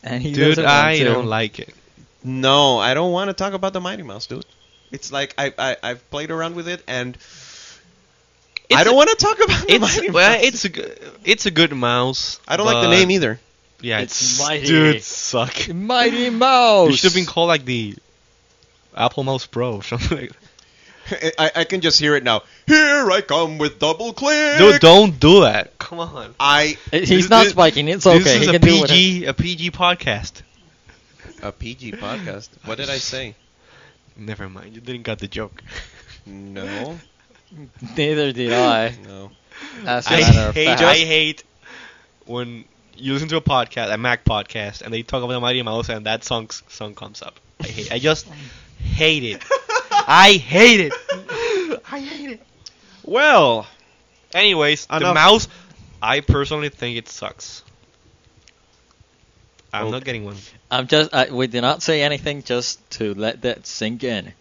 Speaker 5: And he
Speaker 3: Dude,
Speaker 5: doesn't want
Speaker 3: I
Speaker 5: to.
Speaker 3: don't like it.
Speaker 4: No, I don't want to talk about the Mighty Mouse, dude. It's like I, I I've played around with it and I
Speaker 3: It's
Speaker 4: don't
Speaker 3: a-
Speaker 4: want to talk about the Mighty
Speaker 3: It's well,
Speaker 4: Mouse.
Speaker 3: it's a good, it's a good mouse.
Speaker 4: I don't like the
Speaker 3: but-
Speaker 4: name either.
Speaker 3: Yeah,
Speaker 5: It's
Speaker 3: it's,
Speaker 5: mighty.
Speaker 3: Dude, it suck.
Speaker 5: Mighty Mouse.
Speaker 3: You should have been called like the Apple Mouse Pro or something. Like that.
Speaker 4: I, I can just hear it now. Here I come with double click.
Speaker 3: No, don't do that. Come on.
Speaker 4: I
Speaker 5: He's
Speaker 3: This-
Speaker 5: not
Speaker 3: this-
Speaker 5: spiking. It's
Speaker 3: This
Speaker 5: okay.
Speaker 3: is
Speaker 5: He
Speaker 3: a
Speaker 5: can do whatever.
Speaker 3: PG a PG podcast.
Speaker 4: a PG podcast. What did I say?
Speaker 3: Never mind. You didn't got the joke.
Speaker 4: No,
Speaker 5: Neither did I.
Speaker 4: no.
Speaker 5: As a
Speaker 3: I
Speaker 5: matter of
Speaker 3: hate,
Speaker 5: fact.
Speaker 3: I hate when you listen to a podcast, a Mac podcast, and they talk about the Mighty Mouse, and that song song comes up. I hate. I just hate it. I hate it. I hate it.
Speaker 4: Well,
Speaker 3: Anyways, the
Speaker 4: Enough.
Speaker 3: mouse. I personally think it sucks. I'm
Speaker 4: Okay.
Speaker 3: not getting one.
Speaker 5: I'm just. I, we did not say anything just to let that sink in.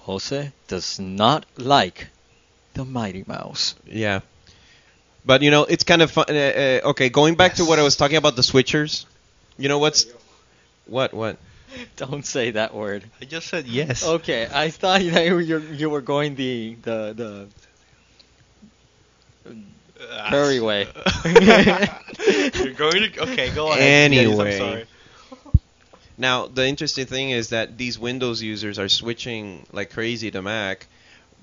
Speaker 5: Jose does not like the Mighty Mouse.
Speaker 4: yeah. But you know, it's kind of fun. Uh, uh, okay, going back to what I was talking about the switchers. You know what's what what
Speaker 5: Don't say that word.
Speaker 3: I just said yes.
Speaker 5: Okay, I thought that you you, you were going the the the
Speaker 4: Ah,
Speaker 5: curry way.
Speaker 3: You're going to okay. Go ahead.
Speaker 4: Anyway.
Speaker 3: Yes, I'm sorry.
Speaker 4: Now, the interesting thing is that these Windows users are switching like crazy to Mac,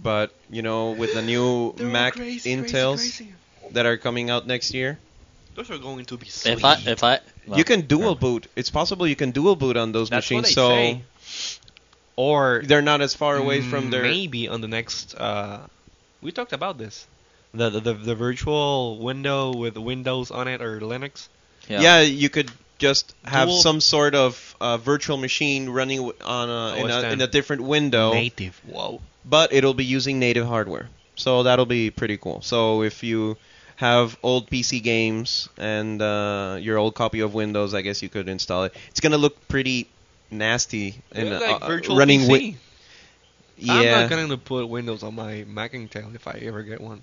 Speaker 4: but you know, with the new Mac Intels that are coming out next year,
Speaker 3: Those are going to be sweet.
Speaker 5: If I if I well,
Speaker 4: you can dual boot. It's possible you can dual boot on those
Speaker 3: That's what
Speaker 4: machines,
Speaker 3: they
Speaker 4: so
Speaker 3: say. or
Speaker 4: they're not as far away from their.
Speaker 3: maybe on the next. Uh, we talked about this. The, the the the virtual window with Windows on it or Linux.
Speaker 4: Yeah. you could just have
Speaker 3: Dual-
Speaker 4: some sort of uh, virtual machine running w- on a, in,
Speaker 3: OS
Speaker 4: a, in
Speaker 3: 10.
Speaker 4: a different window.
Speaker 3: Native. Whoa.
Speaker 4: but it'll be using native hardware. So that'll be pretty cool. So if you have old PC games and uh, your old copy of Windows, I guess you could install it. It's gonna look pretty nasty and
Speaker 3: It's like
Speaker 4: uh,
Speaker 3: virtual
Speaker 4: running
Speaker 3: PC.
Speaker 4: Wi-
Speaker 3: I'm
Speaker 4: yeah,
Speaker 3: not gonna put Windows on my Macintosh if I ever get one.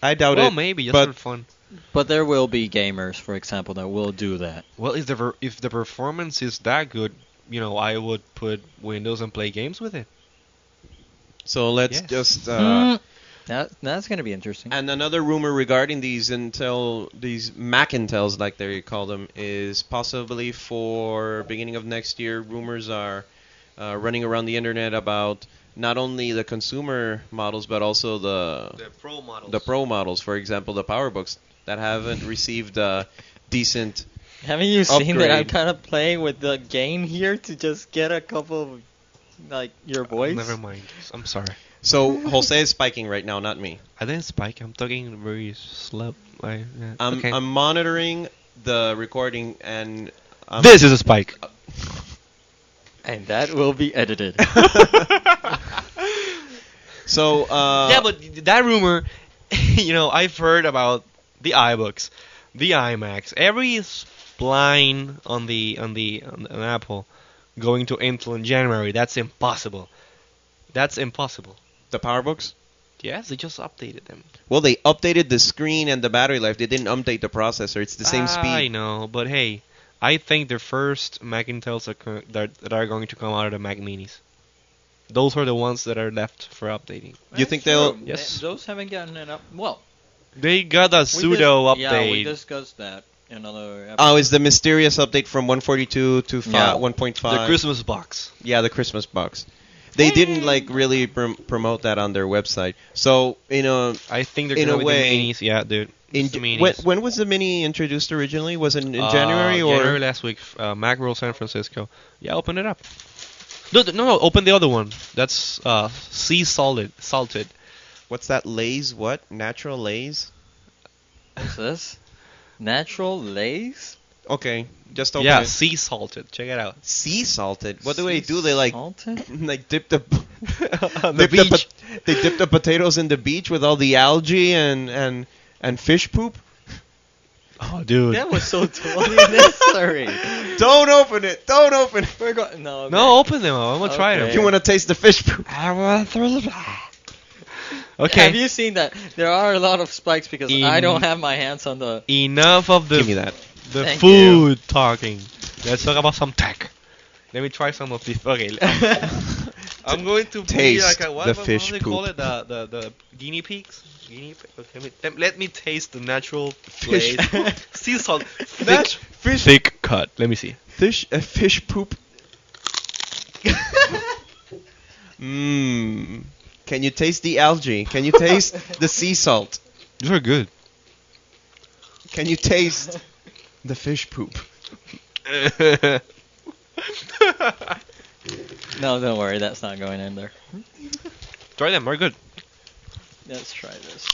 Speaker 4: I doubt
Speaker 3: well,
Speaker 4: it.
Speaker 3: maybe just
Speaker 4: but-
Speaker 3: for fun.
Speaker 5: but there will be gamers, for example, that will do that.
Speaker 3: Well, if the ver- if the performance is that good, you know, I would put Windows and play games with it.
Speaker 4: So let's
Speaker 3: Yes.
Speaker 4: just. Uh,
Speaker 5: Hmm. That that's gonna be interesting.
Speaker 4: And another rumor regarding these Intel, these Mac Intels, like they call them, is possibly for beginning of next year. Rumors are uh, running around the internet about not only the consumer models but also the
Speaker 3: Pro models.
Speaker 4: the pro models. For example, the PowerBooks that haven't received uh, decent.
Speaker 5: Haven't you seen that I'm
Speaker 4: Upgrade.
Speaker 5: kind of playing with the game here to just get a couple of, like your
Speaker 4: Uh,
Speaker 5: voice?
Speaker 3: Never mind. I'm sorry.
Speaker 4: So Jose is spiking right now, not me.
Speaker 3: I didn't spike. I'm talking very slow. I, yeah.
Speaker 4: I'm
Speaker 3: okay.
Speaker 4: I'm monitoring the recording and. I'm
Speaker 3: this is a spike.
Speaker 5: And that will be edited.
Speaker 4: so uh,
Speaker 3: yeah, but that rumor, you know, I've heard about the iBooks, the iMacs, every spline on the on the on, on Apple going to Intel in January. That's impossible. That's impossible.
Speaker 4: the PowerBooks.
Speaker 3: Yes, they just updated them.
Speaker 4: Well, they updated the screen and the battery life. They didn't update the processor. It's the same
Speaker 3: Ah, I
Speaker 4: speed.
Speaker 3: know, but hey, I think the first Macintosh are co- that, that are going to come out of the Mac Minis. Those are the ones that are left for updating.
Speaker 4: You think they'll-
Speaker 3: Yes.
Speaker 5: Those haven't gotten an up. Well,
Speaker 3: They got a
Speaker 5: we
Speaker 3: pseudo
Speaker 5: dis- Yeah, we
Speaker 3: update.
Speaker 5: discussed that in another. Episode.
Speaker 4: Oh, it's the mysterious update from 142 to fi-
Speaker 5: Yeah.
Speaker 4: 1.5.
Speaker 3: the Christmas box.
Speaker 4: yeah, the Christmas box. they didn't like really prom- promote that on their website. So you know,
Speaker 3: I think they're
Speaker 4: In
Speaker 3: going
Speaker 4: a
Speaker 3: with
Speaker 4: way,
Speaker 3: the minis. Yeah, dude.
Speaker 4: in
Speaker 3: It's the minis.
Speaker 4: when, when was the mini introduced originally? Was it in
Speaker 3: Uh,
Speaker 4: January or
Speaker 3: January last week? f- Uh, Mackerel, San Francisco. Yeah, open it up. No, th- no, no, open the other one. That's uh, sea salted, salted.
Speaker 4: what's that? Lays what? Natural lays?
Speaker 5: What's this? Natural lace?
Speaker 4: Okay, just open
Speaker 3: yeah,
Speaker 4: it.
Speaker 3: sea salted. Check it out.
Speaker 4: Sea salted. What do they do? They like
Speaker 5: Salted?
Speaker 4: like dip the
Speaker 3: On the
Speaker 4: dip the
Speaker 3: beach.
Speaker 4: pot- they dip the potatoes in the beach with all the algae and and and fish poop.
Speaker 3: Oh, dude.
Speaker 5: That was so totally necessary.
Speaker 4: Don't open it. Don't open it.
Speaker 5: We're going. No. okay.
Speaker 3: No, open them. I'm gonna try
Speaker 5: Okay.
Speaker 4: You
Speaker 3: them.
Speaker 4: want to taste the fish poop?
Speaker 3: I wanna throw them.
Speaker 5: Have
Speaker 3: Okay.
Speaker 5: you seen that? There are a lot of spikes because I
Speaker 3: In-
Speaker 5: don't have my hands on the.
Speaker 3: Enough of the
Speaker 4: Give me that.
Speaker 3: the
Speaker 5: Thank
Speaker 3: food talking. Let's talk about some tech. Let me try some of this. Okay. I'm going to be
Speaker 4: Taste
Speaker 3: like a, what,
Speaker 4: the
Speaker 3: what,
Speaker 4: fish
Speaker 3: what do they call
Speaker 4: poop.
Speaker 3: it? The, the the guinea pigs. Guinea. Pig? Okay, let, me, let me taste the natural
Speaker 4: Fish.
Speaker 3: flavor. sea salt. Thick,
Speaker 4: fish
Speaker 3: thick cut. Let me see.
Speaker 4: fish uh, fish poop. Mmm. Can you taste the algae? Can you taste the sea salt?
Speaker 3: These are good.
Speaker 4: Can you taste the fish poop?
Speaker 5: No, don't worry. That's not going in there.
Speaker 3: try them. They're good.
Speaker 5: Let's try this.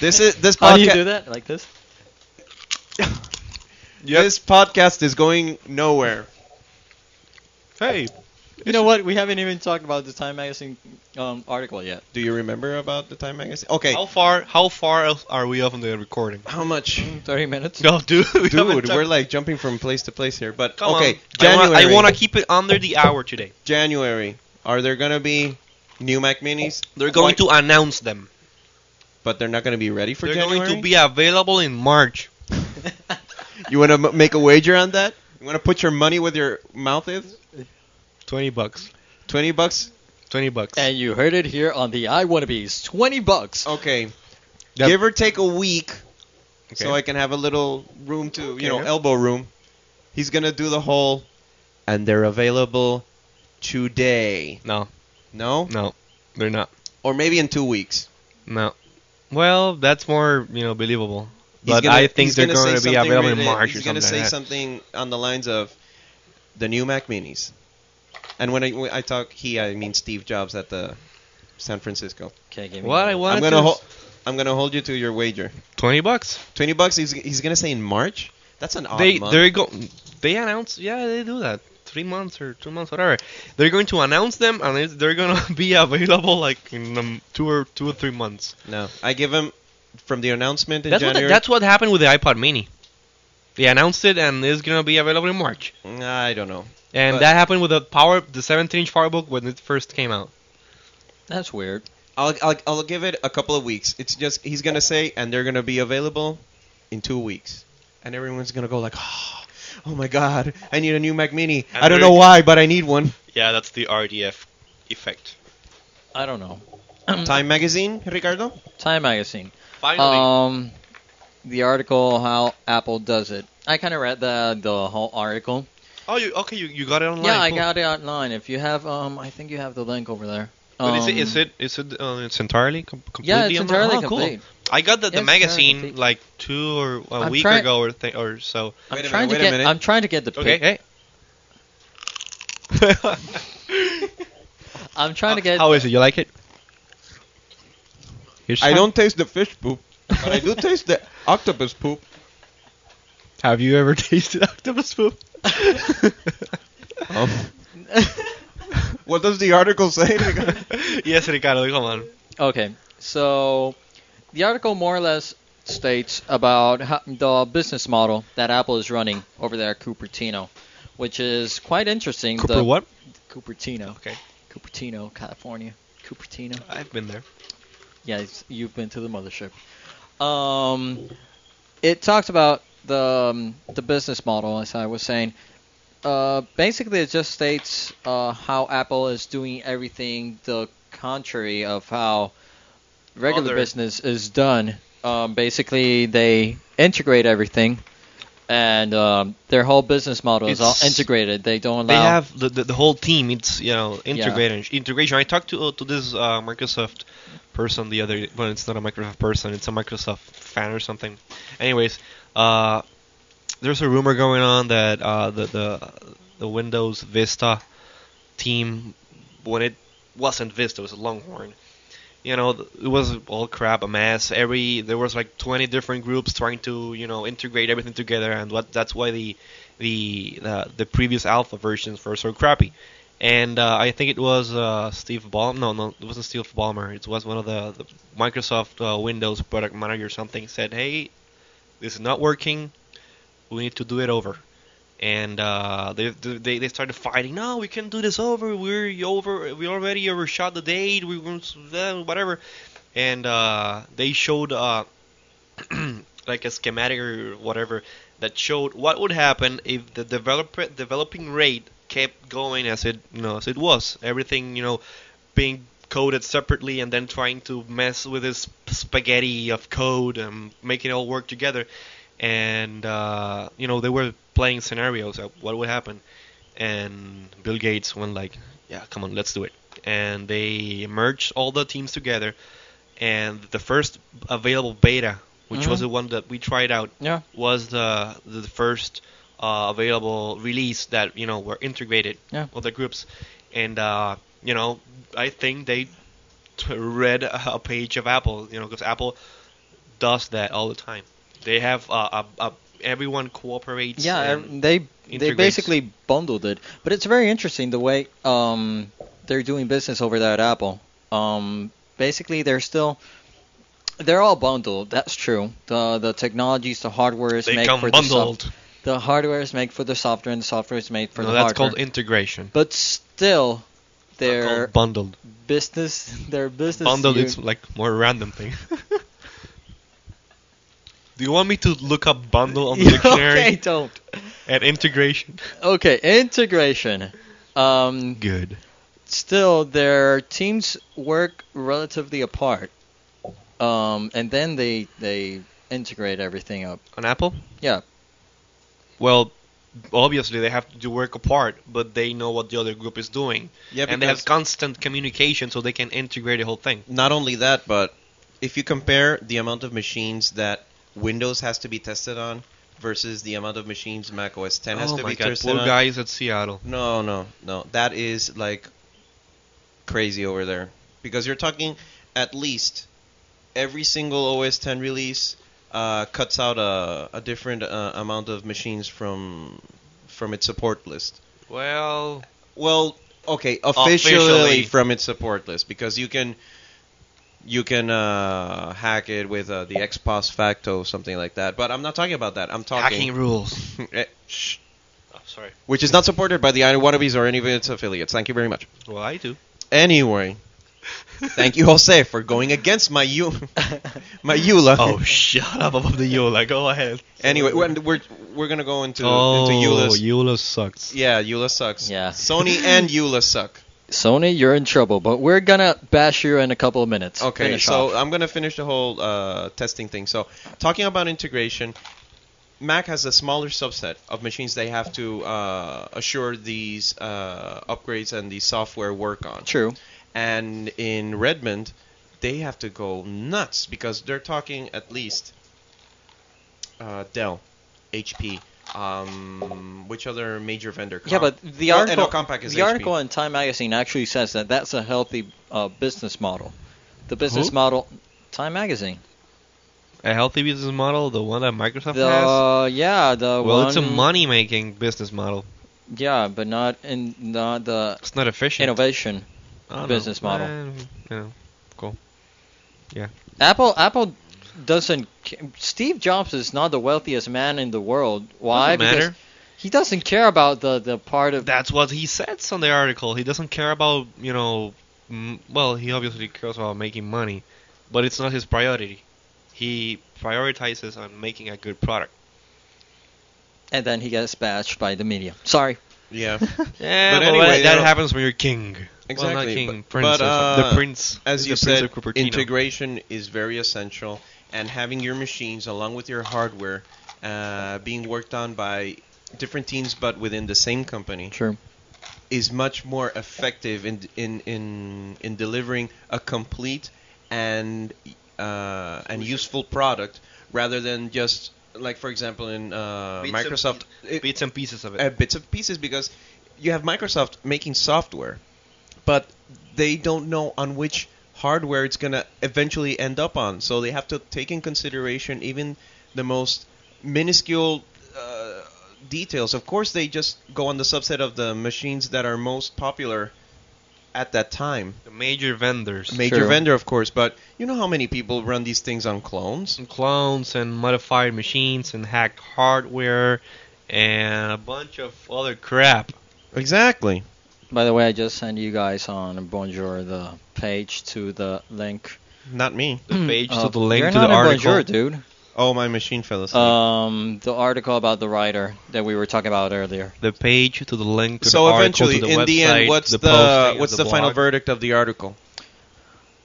Speaker 4: This is this
Speaker 5: How do you
Speaker 4: podca-
Speaker 5: do that? Like this?
Speaker 4: This podcast is going nowhere.
Speaker 3: Hey.
Speaker 5: You know what? We haven't even talked about the Time Magazine um, article yet.
Speaker 4: Do you remember about the Time magazine? Okay.
Speaker 3: How far? How far else are we off on the recording?
Speaker 4: How much?
Speaker 5: 30 minutes?
Speaker 3: No, dude. we haven't
Speaker 4: Dude,
Speaker 3: done-
Speaker 4: we're like jumping from place to place here. But
Speaker 3: Come
Speaker 4: okay,
Speaker 3: on.
Speaker 4: January.
Speaker 3: I want to keep it under the hour today.
Speaker 4: January. Are there gonna be new Mac Minis?
Speaker 3: They're going to announce them.
Speaker 4: But they're not gonna be ready for
Speaker 3: They're
Speaker 4: January.
Speaker 3: going to be available in March.
Speaker 4: You want to m- make a wager on that? You want to put your money where your mouth is?
Speaker 3: Twenty bucks.
Speaker 4: 20 bucks?
Speaker 3: Twenty bucks.
Speaker 5: And you heard it here on the I Wanna Be's 20 bucks.
Speaker 4: Okay.
Speaker 3: Yep.
Speaker 4: Give or take a week so
Speaker 3: Okay.
Speaker 4: I can have a little room to, you know,
Speaker 3: Okay.
Speaker 4: elbow room. He's going to do the whole and they're available today.
Speaker 3: No,
Speaker 4: No?
Speaker 3: no, they're not.
Speaker 4: Or maybe in 2 weeks.
Speaker 3: No. Well, that's more you know believable.
Speaker 4: He's
Speaker 3: But
Speaker 4: gonna-
Speaker 3: I think
Speaker 4: he's
Speaker 3: they're
Speaker 4: gonna
Speaker 3: going to
Speaker 4: say
Speaker 3: be
Speaker 4: something
Speaker 3: available in
Speaker 4: really-
Speaker 3: March or
Speaker 4: He's
Speaker 3: something.
Speaker 4: to say
Speaker 3: like that.
Speaker 4: something on the lines of the new Mac Minis. And when I, when I talk he, I mean Steve Jobs at the San Francisco.
Speaker 5: Okay, give me
Speaker 3: What I
Speaker 5: one.
Speaker 3: wanted
Speaker 4: I'm gonna
Speaker 3: to
Speaker 4: hold. I'm gonna hold you to your wager.
Speaker 3: twenty bucks.
Speaker 4: Twenty bucks. He's, he's gonna say in March. That's an odd
Speaker 3: they
Speaker 4: month.
Speaker 3: they go they announce yeah they do that three months or two months whatever they're going to announce them and it's- they're gonna be available like in um, two or two or three months.
Speaker 4: No, I give him from the announcement in
Speaker 3: That's what
Speaker 4: January.
Speaker 3: that's what happened with the iPod Mini. They announced it and it's gonna be available in March.
Speaker 4: Mm, I don't know.
Speaker 3: And
Speaker 4: But-
Speaker 3: that happened with the power, the 17-inch PowerBook when it first came out.
Speaker 5: That's weird.
Speaker 4: I'll, I'll I'll give it a couple of weeks. It's just he's gonna say, and they're gonna be available in two weeks, and everyone's gonna go like, oh, oh my god, I need a new Mac Mini.
Speaker 3: And
Speaker 4: I don't
Speaker 3: they're-
Speaker 4: know why, but I need one.
Speaker 3: Yeah, that's the RDF effect.
Speaker 5: I don't know.
Speaker 4: Time Magazine, Ricardo.
Speaker 5: Time Magazine.
Speaker 3: Finally,
Speaker 5: Um, the article how Apple does it. I kind of read the the whole article.
Speaker 3: oh, you okay? You, you got it online.
Speaker 5: yeah, I
Speaker 3: cool.
Speaker 5: got it online. If you have, um, I think you have the link over there.
Speaker 3: But is
Speaker 5: Um,
Speaker 3: it is it is it uh, it's entirely com- completely
Speaker 5: Yeah, it's
Speaker 3: online?
Speaker 5: entirely
Speaker 3: Oh, cool.
Speaker 5: complete.
Speaker 3: I got the, the
Speaker 5: Yes, entirely
Speaker 3: magazine
Speaker 5: complete.
Speaker 3: like two or a
Speaker 5: I'm
Speaker 3: week
Speaker 5: trying-
Speaker 3: ago or th- or so.
Speaker 5: I'm
Speaker 4: Wait a
Speaker 5: trying
Speaker 4: minute,
Speaker 5: to
Speaker 4: wait a
Speaker 5: get.
Speaker 4: minute.
Speaker 5: I'm trying to get the.
Speaker 3: Okay,
Speaker 5: pic-
Speaker 3: hey.
Speaker 5: I'm trying to get.
Speaker 3: Uh, How is it? You like it? Here's
Speaker 4: I
Speaker 3: some-
Speaker 4: don't taste the fish poop, but I do taste the octopus poop.
Speaker 3: Have you ever tasted octopus poop?
Speaker 4: Um, what does the article say?
Speaker 3: yes, Ricardo. Come on.
Speaker 5: Okay, so the article more or less states about ho- the business model that Apple is running over there at Cupertino, which is quite interesting.
Speaker 3: Cooper,
Speaker 5: the,
Speaker 3: what?
Speaker 5: Cupertino.
Speaker 3: Okay.
Speaker 5: Cupertino, California. Cupertino.
Speaker 3: I've been there.
Speaker 5: Yeah, it's- you've been to the mothership. Um, it talks about the um, the business model, as I was saying. Uh, basically, it just states uh, how Apple is doing everything the contrary of how regular
Speaker 3: Other-
Speaker 5: business is done. Um, basically, they integrate everything and um, their whole business model is all
Speaker 3: It's-
Speaker 5: integrated. They don't allow.
Speaker 3: They have the, the, the whole team. It's you know integrated integration. I talked to uh, to this uh, Microsoft person the other, but it's not a Microsoft person. It's a Microsoft fan or something. Anyways, uh, there's a rumor going on that uh, the the the Windows Vista team, when it wasn't Vista, it was Longhorn. You know, th- it was all crap, a mess. Every there was like 20 different groups trying to you know integrate everything together, and what that's why the the the, the previous alpha versions were so crappy. And uh, I think it was uh, Steve Ballmer. No, no, it wasn't Steve Ballmer. It was one of the, the Microsoft uh, Windows product manager or something said, "Hey, this is not working. We need to do it over." And uh, they, they they started fighting. No, we can do this over. We're over. We already overshot the date. We weren't- whatever. And uh, they showed uh, like a schematic or whatever that showed what would happen if the developer developing rate kept going as it you know as it was everything you know being coded separately and then trying to mess with this spaghetti of code and make it all work together and uh, you know they were playing scenarios of what would happen and Bill Gates went like yeah come on let's do it and they merged all the teams together and the first available beta which was
Speaker 5: Mhm.
Speaker 3: the one that we tried out
Speaker 5: Yeah.
Speaker 3: was the the first uh, available release that you know were integrated
Speaker 5: Yeah.
Speaker 3: with the groups, and uh, you know I think they t- read a page of Apple, you know, because Apple does that all the time. They have uh, a, a everyone cooperates.
Speaker 5: Yeah,
Speaker 3: and-
Speaker 5: and they they
Speaker 3: integrates.
Speaker 5: basically bundled it. But it's very interesting the way um, they're doing business over there at Apple. Um, basically, they're still they're all bundled. That's true. The the technologies, the hardware is
Speaker 3: They
Speaker 5: made
Speaker 3: come
Speaker 5: for the
Speaker 3: bundled.
Speaker 5: soft, the hardware is made for the software, and the software is made for
Speaker 3: no,
Speaker 5: the
Speaker 3: that's
Speaker 5: hardware.
Speaker 3: called integration.
Speaker 5: but still,
Speaker 3: Not called
Speaker 5: their
Speaker 3: bundled.
Speaker 5: business their business
Speaker 3: Bundled
Speaker 5: u-
Speaker 3: is like more random thing. Do you want me to look up bundle on the dictionary
Speaker 5: okay, don't.
Speaker 3: and integration?
Speaker 5: Okay, integration. Um,
Speaker 3: Good.
Speaker 5: still their teams work relatively apart um, and then they they integrate everything up
Speaker 3: On Apple?
Speaker 5: yeah
Speaker 3: Well, obviously they have to work apart, but they know what the other group is doing,
Speaker 4: Yeah,
Speaker 3: and they have
Speaker 4: because-
Speaker 3: constant communication, so they can integrate the whole thing.
Speaker 4: not only that, but if you compare the amount of machines that Windows has to be tested on versus the amount of machines Mac OS 10 has
Speaker 3: oh
Speaker 4: to
Speaker 3: my
Speaker 4: be
Speaker 3: God!
Speaker 4: tested
Speaker 3: Poor
Speaker 4: on.
Speaker 3: guys at Seattle.
Speaker 4: No, no, no. That is like crazy over there because you're talking at least every single OS 10 release uh, cuts out a, a different uh, amount of machines from from its support list.
Speaker 3: Well,
Speaker 4: Well, okay, officially,
Speaker 3: Officially.
Speaker 4: from its support list because you can you can uh, hack it with uh, the ex post facto something like that. But I'm not talking about that. I'm
Speaker 3: hacking
Speaker 4: talking
Speaker 3: rules.
Speaker 4: Eh, shh.
Speaker 3: Oh, sorry.
Speaker 4: which is not supported by the I Wannabes or any of its affiliates. Thank you very much.
Speaker 3: Well, I do.
Speaker 4: Anyway, thank you Jose for going against my U my Eula.
Speaker 3: Oh, shut up above the Yola. Go ahead.
Speaker 4: Anyway, when- we're we're gonna go into
Speaker 3: oh,
Speaker 4: into Eula's.
Speaker 3: Yola sucks.
Speaker 4: yeah, Eula sucks.
Speaker 5: Yeah.
Speaker 4: Sony and Eula suck.
Speaker 5: sony you're in trouble but we're gonna bash you in a couple of minutes
Speaker 4: Okay,
Speaker 5: Finish
Speaker 4: so
Speaker 5: off.
Speaker 4: I'm gonna finish the whole uh, testing thing. So, talking about integration, Mac has a smaller subset of machines they have to uh, assure these uh, upgrades and the software work on.
Speaker 5: true
Speaker 4: And in Redmond, they have to go nuts because they're talking at least uh, Dell, HP, um, which other major vendor?
Speaker 5: yeah
Speaker 4: Com-
Speaker 5: but the
Speaker 4: Oh,
Speaker 5: article
Speaker 4: no, Compaq is
Speaker 5: the
Speaker 4: HP.
Speaker 5: article in time magazine actually says that that's a healthy uh, business model the business
Speaker 3: Who?
Speaker 5: model time magazine
Speaker 3: A healthy business model, the one that Microsoft
Speaker 5: the
Speaker 3: has.
Speaker 5: yeah the
Speaker 3: Well, it's a
Speaker 5: one-
Speaker 3: money-making business model.
Speaker 5: yeah but not in not the
Speaker 3: It's not efficient.
Speaker 5: innovation
Speaker 3: I don't know.
Speaker 5: business model.
Speaker 3: Eh, you know, cool.
Speaker 5: Apple Apple doesn't. ca- Steve Jobs is not the wealthiest man in the world. Why?
Speaker 3: Doesn't
Speaker 5: Because
Speaker 3: matter.
Speaker 5: he doesn't care about the the part of
Speaker 3: That's what he says on the article. He doesn't care about, you know, m- well, he obviously cares about making money, but it's not his priority. He prioritizes on making a good product.
Speaker 5: and then he gets bashed by the media. Sorry.
Speaker 3: Yeah,
Speaker 4: yeah. But
Speaker 3: but,
Speaker 4: anyway,
Speaker 3: that, that
Speaker 4: you know-
Speaker 3: happens when you're king. Well, not
Speaker 4: Exactly,
Speaker 3: king,
Speaker 4: but-
Speaker 3: princess.
Speaker 4: but, uh,
Speaker 3: the prince.
Speaker 4: as
Speaker 3: the
Speaker 4: you
Speaker 3: prince
Speaker 4: said,
Speaker 3: of Cupertino.
Speaker 4: integration is very essential, and having your machines along with your hardware uh, being worked on by different teams, but within the same company,
Speaker 5: Sure.
Speaker 4: is much more effective in in in, in delivering a complete and uh, and useful product rather than just like for example in uh,
Speaker 3: Bits and
Speaker 4: Microsoft
Speaker 3: pie-
Speaker 4: it-
Speaker 3: bits and pieces of it.
Speaker 4: uh, bits and pieces because you have Microsoft making software, but they don't know on which hardware it's gonna eventually end up on. So they have to take in consideration even the most minuscule uh, details. Of course, they just go on the subset of the machines that are most popular at that time.
Speaker 3: the major vendors,
Speaker 4: Major
Speaker 5: Sure.
Speaker 4: vendor, of course, but you know how many people run these things on clones?
Speaker 3: and clones and modified machines and hacked hardware and a bunch of other crap.
Speaker 4: Exactly.
Speaker 5: By the way, I just sent you guys on Bonjour the page to the link.
Speaker 4: Not me.
Speaker 3: The page
Speaker 5: Uh,
Speaker 3: to the link
Speaker 5: you're
Speaker 3: to
Speaker 5: not
Speaker 3: the
Speaker 5: in
Speaker 3: article.
Speaker 5: Bonjour, dude.
Speaker 4: Oh, my machine fell asleep.
Speaker 5: Um, the article about the writer that we were talking about earlier.
Speaker 3: The page to the link to
Speaker 4: so
Speaker 3: the article
Speaker 4: eventually,
Speaker 3: to the
Speaker 4: in
Speaker 3: website,
Speaker 4: the end, what's the,
Speaker 3: the, posting of
Speaker 4: what's the, final
Speaker 3: blog.
Speaker 4: verdict of the article?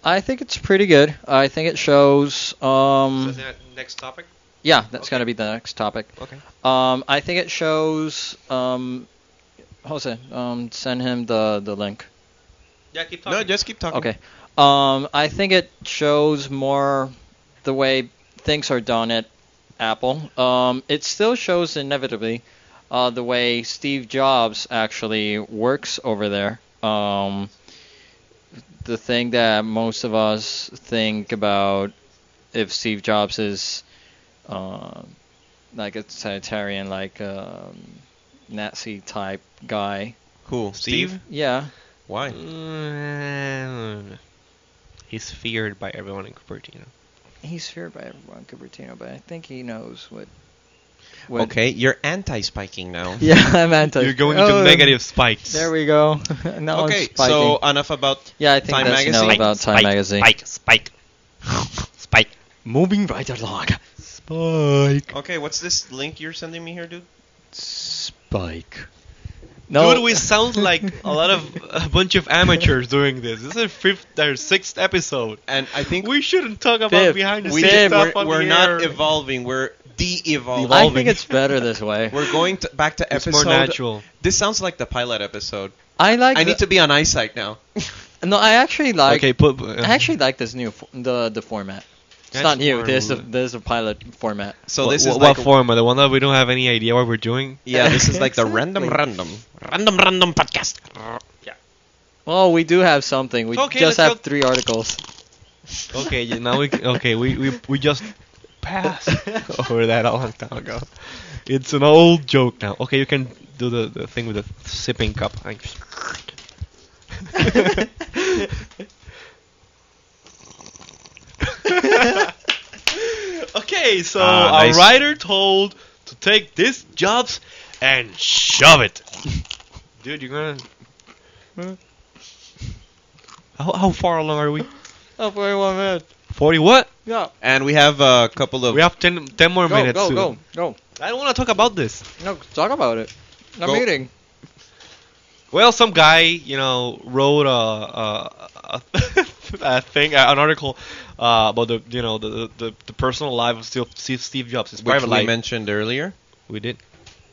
Speaker 5: I think it's pretty good. I think it shows.
Speaker 3: So
Speaker 5: Um,
Speaker 3: that next topic.
Speaker 5: yeah, that's gonna be the next topic.
Speaker 3: Okay.
Speaker 5: Um, I think it shows. Um, Jose, um, send him the the link.
Speaker 3: Yeah, keep
Speaker 4: No, just keep talking.
Speaker 5: Okay. Um, I think it shows more the way things are done at Apple. Um, it still shows inevitably uh, the way Steve Jobs actually works over there. Um, the thing that most of us think about if Steve Jobs is uh, like a sanitarian, like um Nazi type guy.
Speaker 4: Cool.
Speaker 3: Steve.
Speaker 5: Yeah.
Speaker 4: Why?
Speaker 3: Mm, He's feared by everyone in Cupertino.
Speaker 5: He's feared by everyone, Cupertino, but I think he knows what. what
Speaker 4: Okay, you're anti-spiking now.
Speaker 5: Yeah, I'm anti.
Speaker 3: You're going into
Speaker 5: Oh,
Speaker 3: negative spikes.
Speaker 5: There we go. now I'm
Speaker 4: okay,
Speaker 5: spiking.
Speaker 4: so enough about
Speaker 5: yeah, I think
Speaker 4: Time
Speaker 5: that's
Speaker 4: Magazine?
Speaker 5: enough about Time
Speaker 3: spike,
Speaker 5: Magazine.
Speaker 3: Spike, spike, spike,
Speaker 5: Moving right along.
Speaker 3: spike.
Speaker 4: Okay, what's this link you're sending me here, dude?
Speaker 5: Spike. No,
Speaker 3: No. Dude, we sound like a lot of a bunch of amateurs doing this. This is our fifth or sixth episode.
Speaker 4: And I think
Speaker 3: We shouldn't talk about
Speaker 5: Fifth.
Speaker 3: behind the
Speaker 4: we
Speaker 3: scenes
Speaker 5: Dave,
Speaker 3: stuff
Speaker 4: are
Speaker 3: on the
Speaker 4: not
Speaker 3: air.
Speaker 4: evolving. We're de-evolving.
Speaker 5: I think it's better this way.
Speaker 4: we're going to, back to
Speaker 3: It's
Speaker 4: episode.
Speaker 3: more natural.
Speaker 4: This sounds like the pilot episode.
Speaker 5: I like.
Speaker 4: I need
Speaker 5: the-
Speaker 4: to be on eyesight now.
Speaker 5: No, I actually like.
Speaker 3: okay, put. Uh,
Speaker 5: I actually like this new fo- the the format. It's
Speaker 3: That's
Speaker 5: not new.
Speaker 3: more-
Speaker 5: There's a there's a pilot format.
Speaker 4: So
Speaker 3: what,
Speaker 4: this is
Speaker 3: what,
Speaker 4: like
Speaker 3: what format? The one that we don't have any idea what we're doing.
Speaker 4: yeah, this is like the random,
Speaker 5: Exactly.
Speaker 4: random.
Speaker 7: Random, random podcast.
Speaker 5: Well, we do have something. We
Speaker 3: Okay,
Speaker 5: just
Speaker 3: let's
Speaker 5: have
Speaker 3: go-
Speaker 5: three articles.
Speaker 3: Okay, yeah, now we c- okay we we, we just passed over that a long time ago. It's an old joke now. Okay, you can do the, the thing with the sipping cup. I- okay, so
Speaker 4: Ah, nice.
Speaker 3: a writer told to take this jobs and shove it. Dude, you're gonna. How, how far along are we?
Speaker 5: Oh, 41 minutes.
Speaker 3: 40 what?
Speaker 5: Yeah.
Speaker 4: And we have a couple of
Speaker 3: We have 10, 10 more
Speaker 5: Go,
Speaker 3: minutes.
Speaker 5: go,
Speaker 3: to-
Speaker 5: go, go.
Speaker 3: I don't want to talk about this.
Speaker 5: No, talk about it. I'm
Speaker 4: Go.
Speaker 5: eating.
Speaker 3: Well, some guy, you know, wrote a, a, a, a thing, an article uh, about the, you know, the, the, the personal life of Steve, Steve Steve Jobs, his
Speaker 4: which
Speaker 3: private
Speaker 4: we
Speaker 3: life.
Speaker 4: mentioned earlier.
Speaker 3: We did.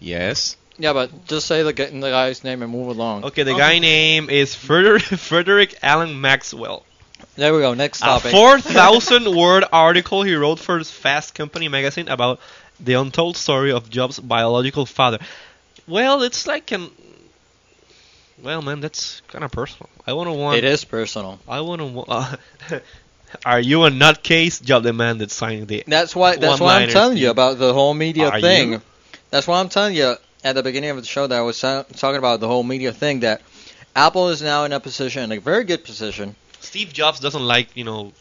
Speaker 4: Yes.
Speaker 5: Yeah, but just say the, gu- the guy's name and move along.
Speaker 3: Okay, the guy name is Freder- Frederick Allen Maxwell.
Speaker 5: There we go. Next
Speaker 3: A
Speaker 5: topic.
Speaker 3: 4,000 word article he wrote for Fast Company magazine about the untold story of Jobs' biological father. Well, it's like an. Well, man, that's kind of personal. I want to want.
Speaker 5: It is personal.
Speaker 3: I want to. Uh, are you a nutcase? Job demanded, signing the.
Speaker 5: That's why. That's why I'm
Speaker 3: One-liners,
Speaker 5: telling
Speaker 3: dude.
Speaker 5: you about the whole media
Speaker 3: Are
Speaker 5: thing.
Speaker 3: you?
Speaker 5: That's why I'm telling you at the beginning of the show that I was ta- talking about the whole media thing that Apple is now in a position, a very good position.
Speaker 3: Steve Jobs doesn't like you know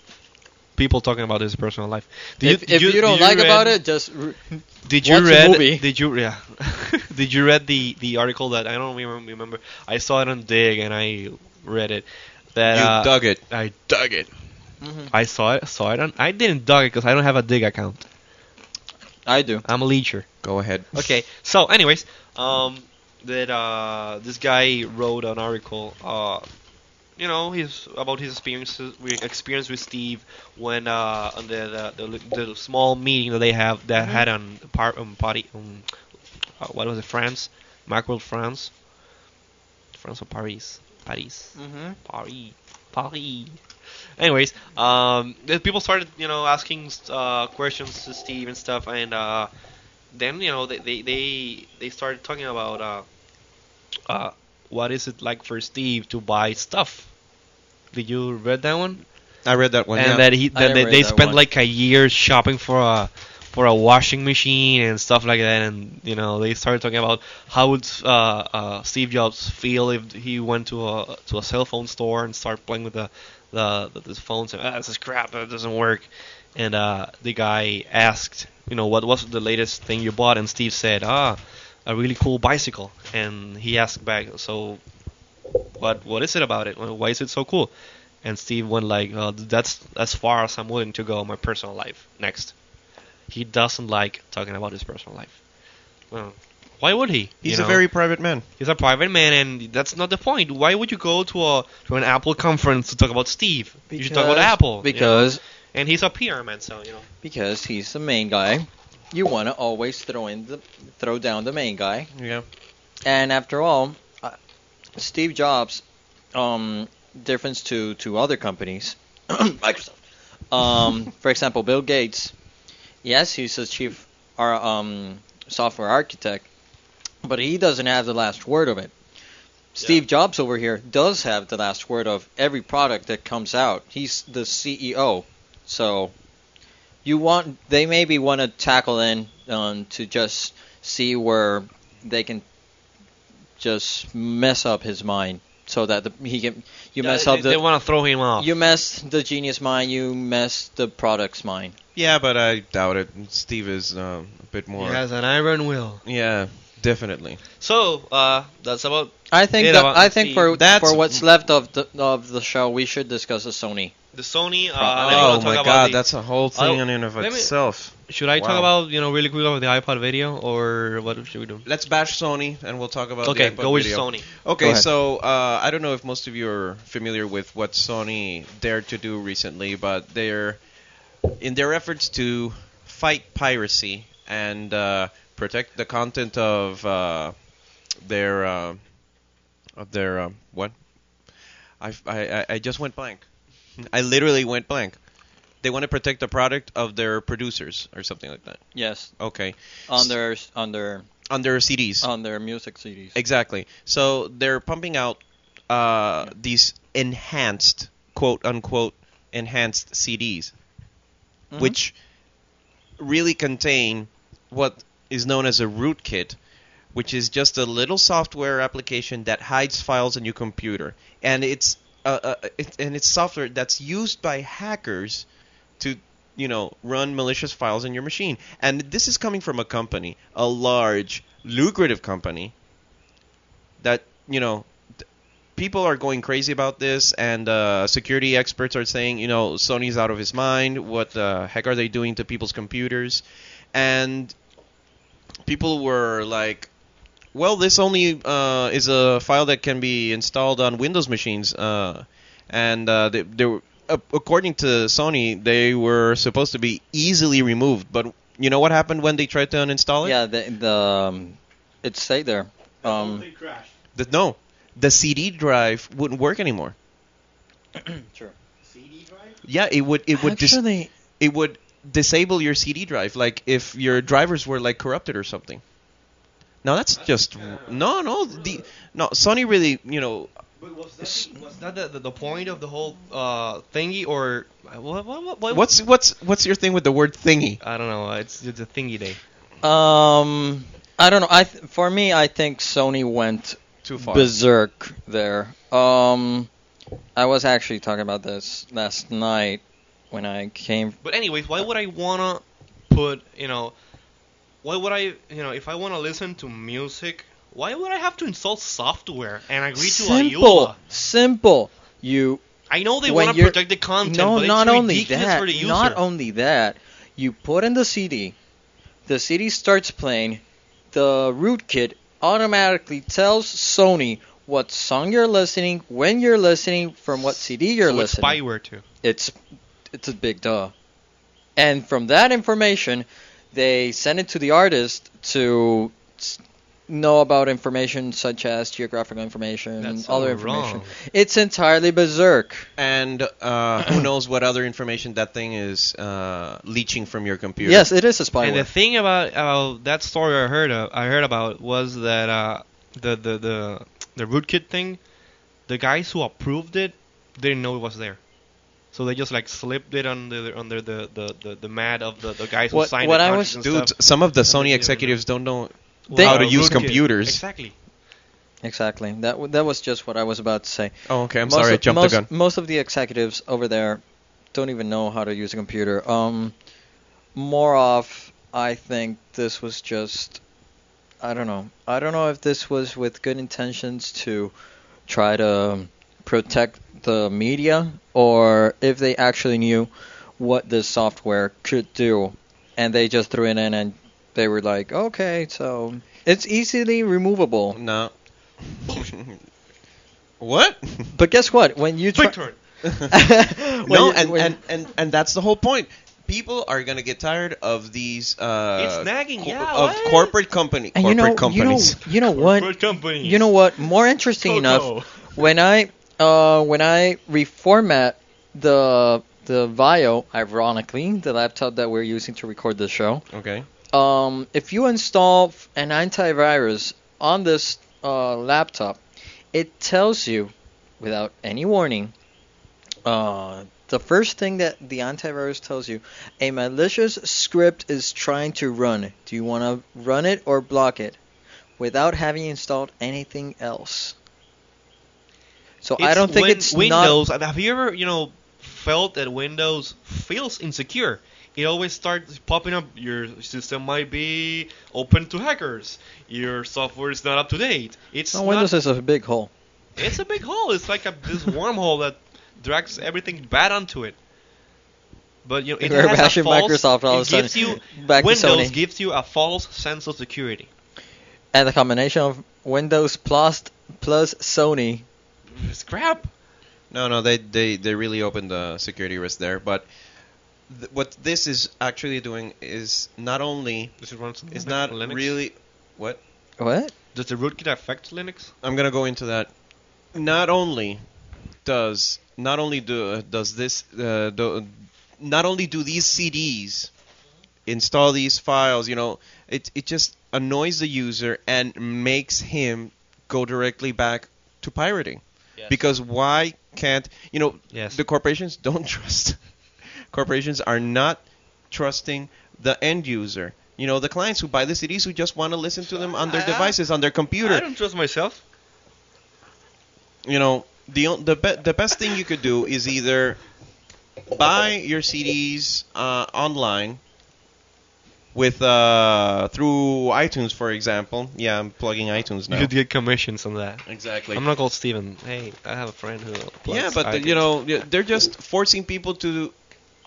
Speaker 3: people talking about his personal life.
Speaker 5: if if you, don't like about it, just re-
Speaker 3: Did you
Speaker 5: Watch a
Speaker 3: read?
Speaker 5: movie.
Speaker 3: Did you yeah? did you read the the article that I don't remember? remember. I saw it on Dig and I read it. That
Speaker 4: you
Speaker 3: uh,
Speaker 4: dug it.
Speaker 3: I dug it.
Speaker 5: mm-hmm.
Speaker 3: I saw it. Saw it on. I didn't dug it because I don't have a Dig account.
Speaker 5: I do.
Speaker 3: I'm a leecher.
Speaker 4: Go ahead.
Speaker 3: Okay. So, anyways, um, that uh, this guy wrote an article uh, you know his about his experiences we- experience with Steve when uh on the the, the, the small meeting that they have that had on part on party um, uh, what was it France Macworld France France or Paris Paris
Speaker 8: Mm-hmm.
Speaker 3: Paris Paris anyways um the people started you know asking uh, questions to Steve and stuff and uh then you know they they they, they started talking about uh uh what is it like for Steve to buy stuff? Did you read that one?
Speaker 4: I read that one.
Speaker 3: and
Speaker 4: yeah.
Speaker 3: that he
Speaker 5: I
Speaker 3: that they,
Speaker 5: read
Speaker 3: they
Speaker 5: that
Speaker 3: spent
Speaker 5: one.
Speaker 3: like a year shopping for a for a washing machine and stuff like that, and you know they started talking about how would uh, uh, Steve Jobs feel if he went to a to a cell phone store and started playing with the the, the, the phones and ah, this is crap, that doesn't work. And uh, the guy asked, you know, what was the latest thing you bought? And Steve said, ah, a really cool bicycle. And he asked back, so what what is it about it? Why is it so cool? And Steve went like, uh, "That's as far as I'm willing to go in my personal life." Next, he doesn't like talking about his personal life. Well, why would he?
Speaker 4: He's
Speaker 3: You know?
Speaker 4: a very private man.
Speaker 3: he's a private man, and that's not the point. Why would you go to a to an Apple conference to talk about Steve? you should talk about Apple you know?
Speaker 5: Because
Speaker 3: and he's a PR man, so you know.
Speaker 5: because he's the main guy. You want to always throw in the throw down the main guy.
Speaker 4: Yeah.
Speaker 5: And after all, uh, Steve Jobs, um, difference to to other companies, Microsoft. Um, for example, Bill Gates. Yes, he's a chief or um, software architect, but he doesn't have the last word of it. Steve Jobs over here does have the last word of every product that comes out. He's the CEO, so you want they maybe want to tackle in um, to just see where they can just mess up his mind so that the, he can you mess
Speaker 3: they,
Speaker 5: up
Speaker 3: they
Speaker 5: the
Speaker 3: want to throw him
Speaker 4: Oh.
Speaker 3: off.
Speaker 5: you mess the genius mind you mess the product's mind
Speaker 4: Yeah, but I doubt it. Steve is um, a bit
Speaker 3: he
Speaker 4: more.
Speaker 3: has an iron will.
Speaker 4: Yeah, definitely.
Speaker 3: So uh, that's about
Speaker 5: I think
Speaker 3: Yeah,
Speaker 5: that,
Speaker 3: well,
Speaker 5: I think for
Speaker 4: that's-
Speaker 5: for what's left of the of the show we should discuss the Sony
Speaker 3: the Sony. Uh, then we'll
Speaker 4: oh
Speaker 3: talk
Speaker 4: my
Speaker 3: about
Speaker 4: God,
Speaker 3: the-
Speaker 4: that's a whole thing in and of
Speaker 3: let me-
Speaker 4: itself.
Speaker 3: Should I talk
Speaker 4: Wow.
Speaker 3: about you know really quick about the iPod video or what should we do?
Speaker 4: Let's bash Sony, and we'll talk about
Speaker 3: Okay,
Speaker 4: the iPod
Speaker 3: go with
Speaker 4: video.
Speaker 3: Sony.
Speaker 5: Go
Speaker 4: Okay,
Speaker 5: ahead.
Speaker 4: so uh, I don't know if most of you are familiar with what Sony dared to do recently, but they're in their efforts to fight piracy and uh, protect the content of uh, their uh, of their um, what? I, I I just went blank. I literally went blank. They want to protect the product of their producers or something like that.
Speaker 5: yes
Speaker 4: Okay,
Speaker 5: on their on their
Speaker 4: on their CDs.
Speaker 5: on their music CDs
Speaker 4: Exactly. So they're pumping out uh, these enhanced, quote unquote, enhanced CDs,
Speaker 5: Mhm.
Speaker 4: which really contain what is known as a rootkit, which is just a little software application that hides files in your computer, and it's uh, uh, it, and it's software that's used by hackers to you know run malicious files in your machine. And this is coming from a company, a large, lucrative company that you know th- people are going crazy about this and uh, security experts are saying you know sony's out of his mind what the heck are they doing to people's computers and people were like well this only uh, is a file that can be installed on windows machines uh, and uh, they, they were a- according to sony they were supposed to be easily removed but you know what happened when they tried to uninstall it
Speaker 5: yeah the the um, it stayed there um
Speaker 4: The- no the cd drive wouldn't work anymore
Speaker 5: sure
Speaker 4: Yeah, it would it would dis-
Speaker 5: actually
Speaker 4: it would disable your CD drive like if your drivers were like corrupted or something. Now that's just no no the no Sony really you know
Speaker 3: But was that, was that the, the, the point of the whole uh, thingy or what, what, what, what-
Speaker 4: what's what's what's your thing with the word thingy?
Speaker 3: I don't know. It's it's a thingy day.
Speaker 5: Um, I don't know. I th- for me, I think Sony went
Speaker 4: Too far.
Speaker 5: berserk there. Um, I was actually talking about this last night when I came.
Speaker 3: But anyways, why would I wanna put you know? Why would I you know if I wanna listen to music? Why would I have to install software and agree to
Speaker 5: simple,
Speaker 3: a EULA?
Speaker 5: simple. You
Speaker 3: I know they
Speaker 5: When
Speaker 3: wanna
Speaker 5: you're-
Speaker 3: protect the content,
Speaker 5: no,
Speaker 3: but
Speaker 5: not
Speaker 3: it's
Speaker 5: only
Speaker 3: ridiculous
Speaker 5: that,
Speaker 3: for the user.
Speaker 5: not only that. You put in the CD. The CD starts playing. The rootkit automatically tells Sony what song you're listening, when you're listening, from what CD you're
Speaker 3: so it's
Speaker 5: listening.
Speaker 3: spyware too.
Speaker 5: it's it's a big duh. And from that information, they send it to the artist to s- know about information such as geographical information,
Speaker 3: That's so
Speaker 5: other information.
Speaker 3: wrong.
Speaker 5: It's entirely berserk.
Speaker 4: And uh, who knows what other information that thing is uh, leeching from your computer?
Speaker 5: Yes, it is a
Speaker 3: And the
Speaker 5: spyware.
Speaker 3: thing about uh, that story I heard of, I heard about was that uh, the the the the rootkit thing, the guys who approved it didn't know it was there, so they just like slipped it under under the the the, the mat of the, the guys who
Speaker 5: What-
Speaker 3: signed
Speaker 5: what
Speaker 3: the
Speaker 5: I
Speaker 3: contracts
Speaker 5: was-
Speaker 3: and
Speaker 4: Dude,
Speaker 3: stuff.
Speaker 4: some of the
Speaker 3: I don't
Speaker 4: Sony
Speaker 3: know.
Speaker 4: executives don't know
Speaker 5: They-
Speaker 4: how to use
Speaker 3: rootkit.
Speaker 4: computers.
Speaker 3: Exactly.
Speaker 5: Exactly. That w- that was just what I was about to say.
Speaker 4: Oh, okay. I'm
Speaker 5: most
Speaker 4: sorry. I
Speaker 5: of,
Speaker 4: jumped
Speaker 5: most,
Speaker 4: the gun.
Speaker 5: Most of the executives over there don't even know how to use a computer. Um, more of, I think this was just, I don't know. I don't know if this was with good intentions to try to protect the media or if they actually knew what this software could do and they just threw it in and they were like, okay, so it's easily removable.
Speaker 4: No. what?
Speaker 5: But guess what? When you try.
Speaker 3: Quick turn.
Speaker 5: When
Speaker 4: no,
Speaker 5: you-
Speaker 4: and,
Speaker 5: when-
Speaker 4: and, and, and that's the whole point. People are gonna get tired of these. Uh,
Speaker 3: It's nagging, yeah,
Speaker 4: Of
Speaker 3: what?
Speaker 4: corporate company,
Speaker 5: And
Speaker 4: corporate
Speaker 5: you know,
Speaker 4: companies.
Speaker 5: you know, you know what,
Speaker 3: Corporate companies.
Speaker 5: you know what. More
Speaker 4: Oh,
Speaker 5: interesting
Speaker 3: Coco.
Speaker 5: enough, when I uh, when I reformat the the Vio, ironically, the laptop that we're using to record the show.
Speaker 4: okay.
Speaker 5: Um, if you install f- an antivirus on this uh, laptop, it tells you, without any warning, uh, the first thing that the antivirus tells you, a malicious script is trying to run. Do you want to run it or block it? Without having installed anything else. So I don't think
Speaker 3: Win-
Speaker 5: it's
Speaker 3: Windows. and Have you ever, you know, felt that Windows feels insecure? It always starts popping up. Your system might be open to hackers. Your software is not up to date. It's
Speaker 5: not. No,
Speaker 3: not-
Speaker 5: Windows is a big hole.
Speaker 3: It's a big hole. It's like a, this wormhole that drags everything bad onto it. But you know, it
Speaker 5: We're
Speaker 3: has
Speaker 5: bashing
Speaker 3: a false,
Speaker 5: Microsoft all
Speaker 3: it
Speaker 5: of a sudden.
Speaker 3: gives you
Speaker 5: Back to
Speaker 3: Windows
Speaker 5: Sony.
Speaker 3: gives you a false sense of security.
Speaker 5: And the combination of Windows plus plus Sony
Speaker 3: It's crap.
Speaker 4: No, no, they, they, they really opened the security risk there. But th- what this is actually doing is not only
Speaker 3: Does it run
Speaker 4: is not
Speaker 3: Linux?
Speaker 4: really what
Speaker 5: What?
Speaker 3: Does the rootkit affect Linux?
Speaker 4: I'm gonna go into that. Not only does not only do does this uh, do, not only do these CDs install these files, you know, it it just annoys the user and makes him go directly back to pirating. Because why can't you know
Speaker 3: Yes.
Speaker 4: the corporations don't trust corporations are not trusting the end user. You know, the clients who buy the CDs who just want to listen to them on their
Speaker 3: Ah.
Speaker 4: devices, on their computer
Speaker 3: I don't trust myself.
Speaker 4: you know the o- the be- the best thing you could do is either buy your CDs uh, online with uh, through iTunes, for example. Yeah, I'm plugging iTunes
Speaker 3: You
Speaker 4: now.
Speaker 3: could get commissions on that.
Speaker 4: Exactly.
Speaker 3: I'm not called Steven. Hey, I have a friend who. Plugs
Speaker 4: yeah, but the,
Speaker 3: iTunes.
Speaker 4: you know y- they're just forcing people to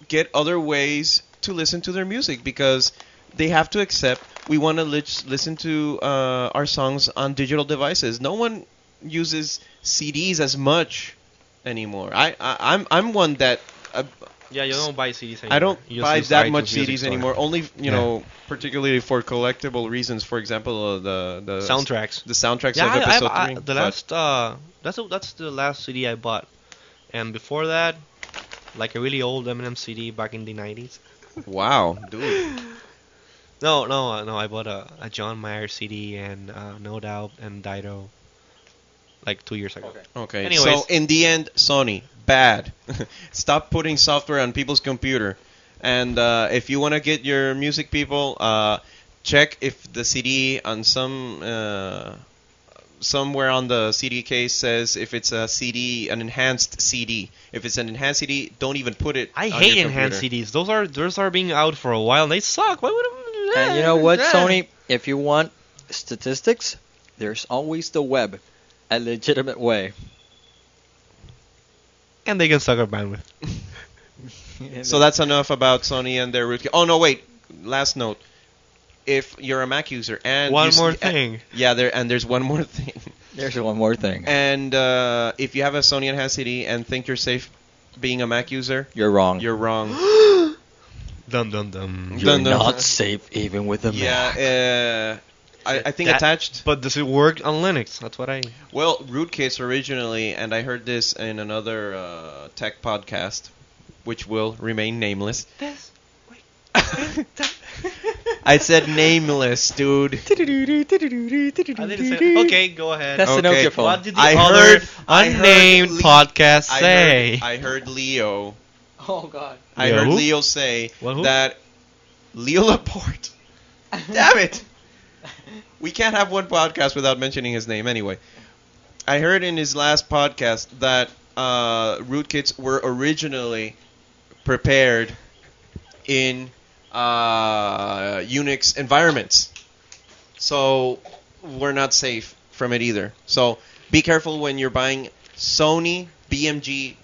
Speaker 4: get other ways to listen to their music because they have to accept we want to listen to uh, our songs on digital devices. No one uses CDs as much anymore. I, I I'm I'm one that. Uh,
Speaker 3: Yeah, you don't buy CDs anymore.
Speaker 4: I don't
Speaker 3: You just
Speaker 4: buy
Speaker 3: use
Speaker 4: that
Speaker 3: iTunes
Speaker 4: much
Speaker 3: Music
Speaker 4: CDs
Speaker 3: Store.
Speaker 4: anymore. Only you
Speaker 3: Yeah.
Speaker 4: know, particularly for collectible reasons. For example, uh, the the
Speaker 3: Soundtracks.
Speaker 4: the soundtracks
Speaker 3: Yeah,
Speaker 4: of
Speaker 3: I, I,
Speaker 4: episode
Speaker 3: I,
Speaker 4: three.
Speaker 3: the
Speaker 4: but-
Speaker 3: last uh, that's that's the last CD I bought, and before that, like a really old Eminem CD back in the '90s.
Speaker 4: wow, dude.
Speaker 3: No, no, uh, no. I bought a, a John Mayer CD and uh, No Doubt and Dido, like two years ago.
Speaker 4: Okay.
Speaker 3: Anyways.
Speaker 4: So in the end, Sony bad. Stop putting software on people's computer. And uh, if you want to get your music, people, uh, check if the CD on some uh, somewhere on the CD case says if it's a CD, an enhanced CD. If it's an enhanced CD, don't even put it.
Speaker 3: I
Speaker 4: on
Speaker 3: hate
Speaker 4: your
Speaker 3: enhanced
Speaker 4: computer.
Speaker 3: CDs. Those are those are being out for a while. and They suck. Why would?
Speaker 5: And you know what,
Speaker 3: Yeah.
Speaker 5: Sony? If you want statistics, there's always the web, a legitimate way.
Speaker 3: And they can suck our bandwidth.
Speaker 4: So that's enough about Sony and their rootkit. Oh no, wait. Last note. If you're a Mac user and
Speaker 3: One
Speaker 4: you
Speaker 3: more
Speaker 4: see- eh,
Speaker 3: thing.
Speaker 4: yeah, there and there's one more thing.
Speaker 5: There's one more thing.
Speaker 4: And uh, if you have a Sony Enhanced CD and think you're safe being a Mac user,
Speaker 5: You're wrong.
Speaker 4: you're wrong.
Speaker 3: Dum dum dum.
Speaker 2: You're
Speaker 4: Dun, dun.
Speaker 2: not safe even with a Mac.
Speaker 4: yeah, uh, I, I think
Speaker 3: That-
Speaker 4: attached.
Speaker 3: But does it work on Linux? That's what I.
Speaker 4: Well, rootkits originally, and I heard this in another uh, tech podcast, which will remain nameless. I said nameless, dude.
Speaker 3: I didn't say. Okay, go ahead.
Speaker 5: That's
Speaker 4: Okay.
Speaker 5: the Nokia phone.
Speaker 3: what did the
Speaker 4: I
Speaker 3: other
Speaker 4: heard- I heard
Speaker 3: unnamed
Speaker 4: Lee-
Speaker 3: podcast
Speaker 4: I
Speaker 3: say?
Speaker 4: heard, I heard Leo.
Speaker 5: Oh God.
Speaker 4: I
Speaker 3: Leo
Speaker 4: heard
Speaker 3: who?
Speaker 4: Leo say
Speaker 3: What who?
Speaker 4: that Leo Laporte. Damn it! We can't have one podcast without mentioning his name anyway. I heard in his last podcast that uh, rootkits were originally prepared in uh, Unix environments. So we're not safe from it either. So be careful when you're buying Sony BMG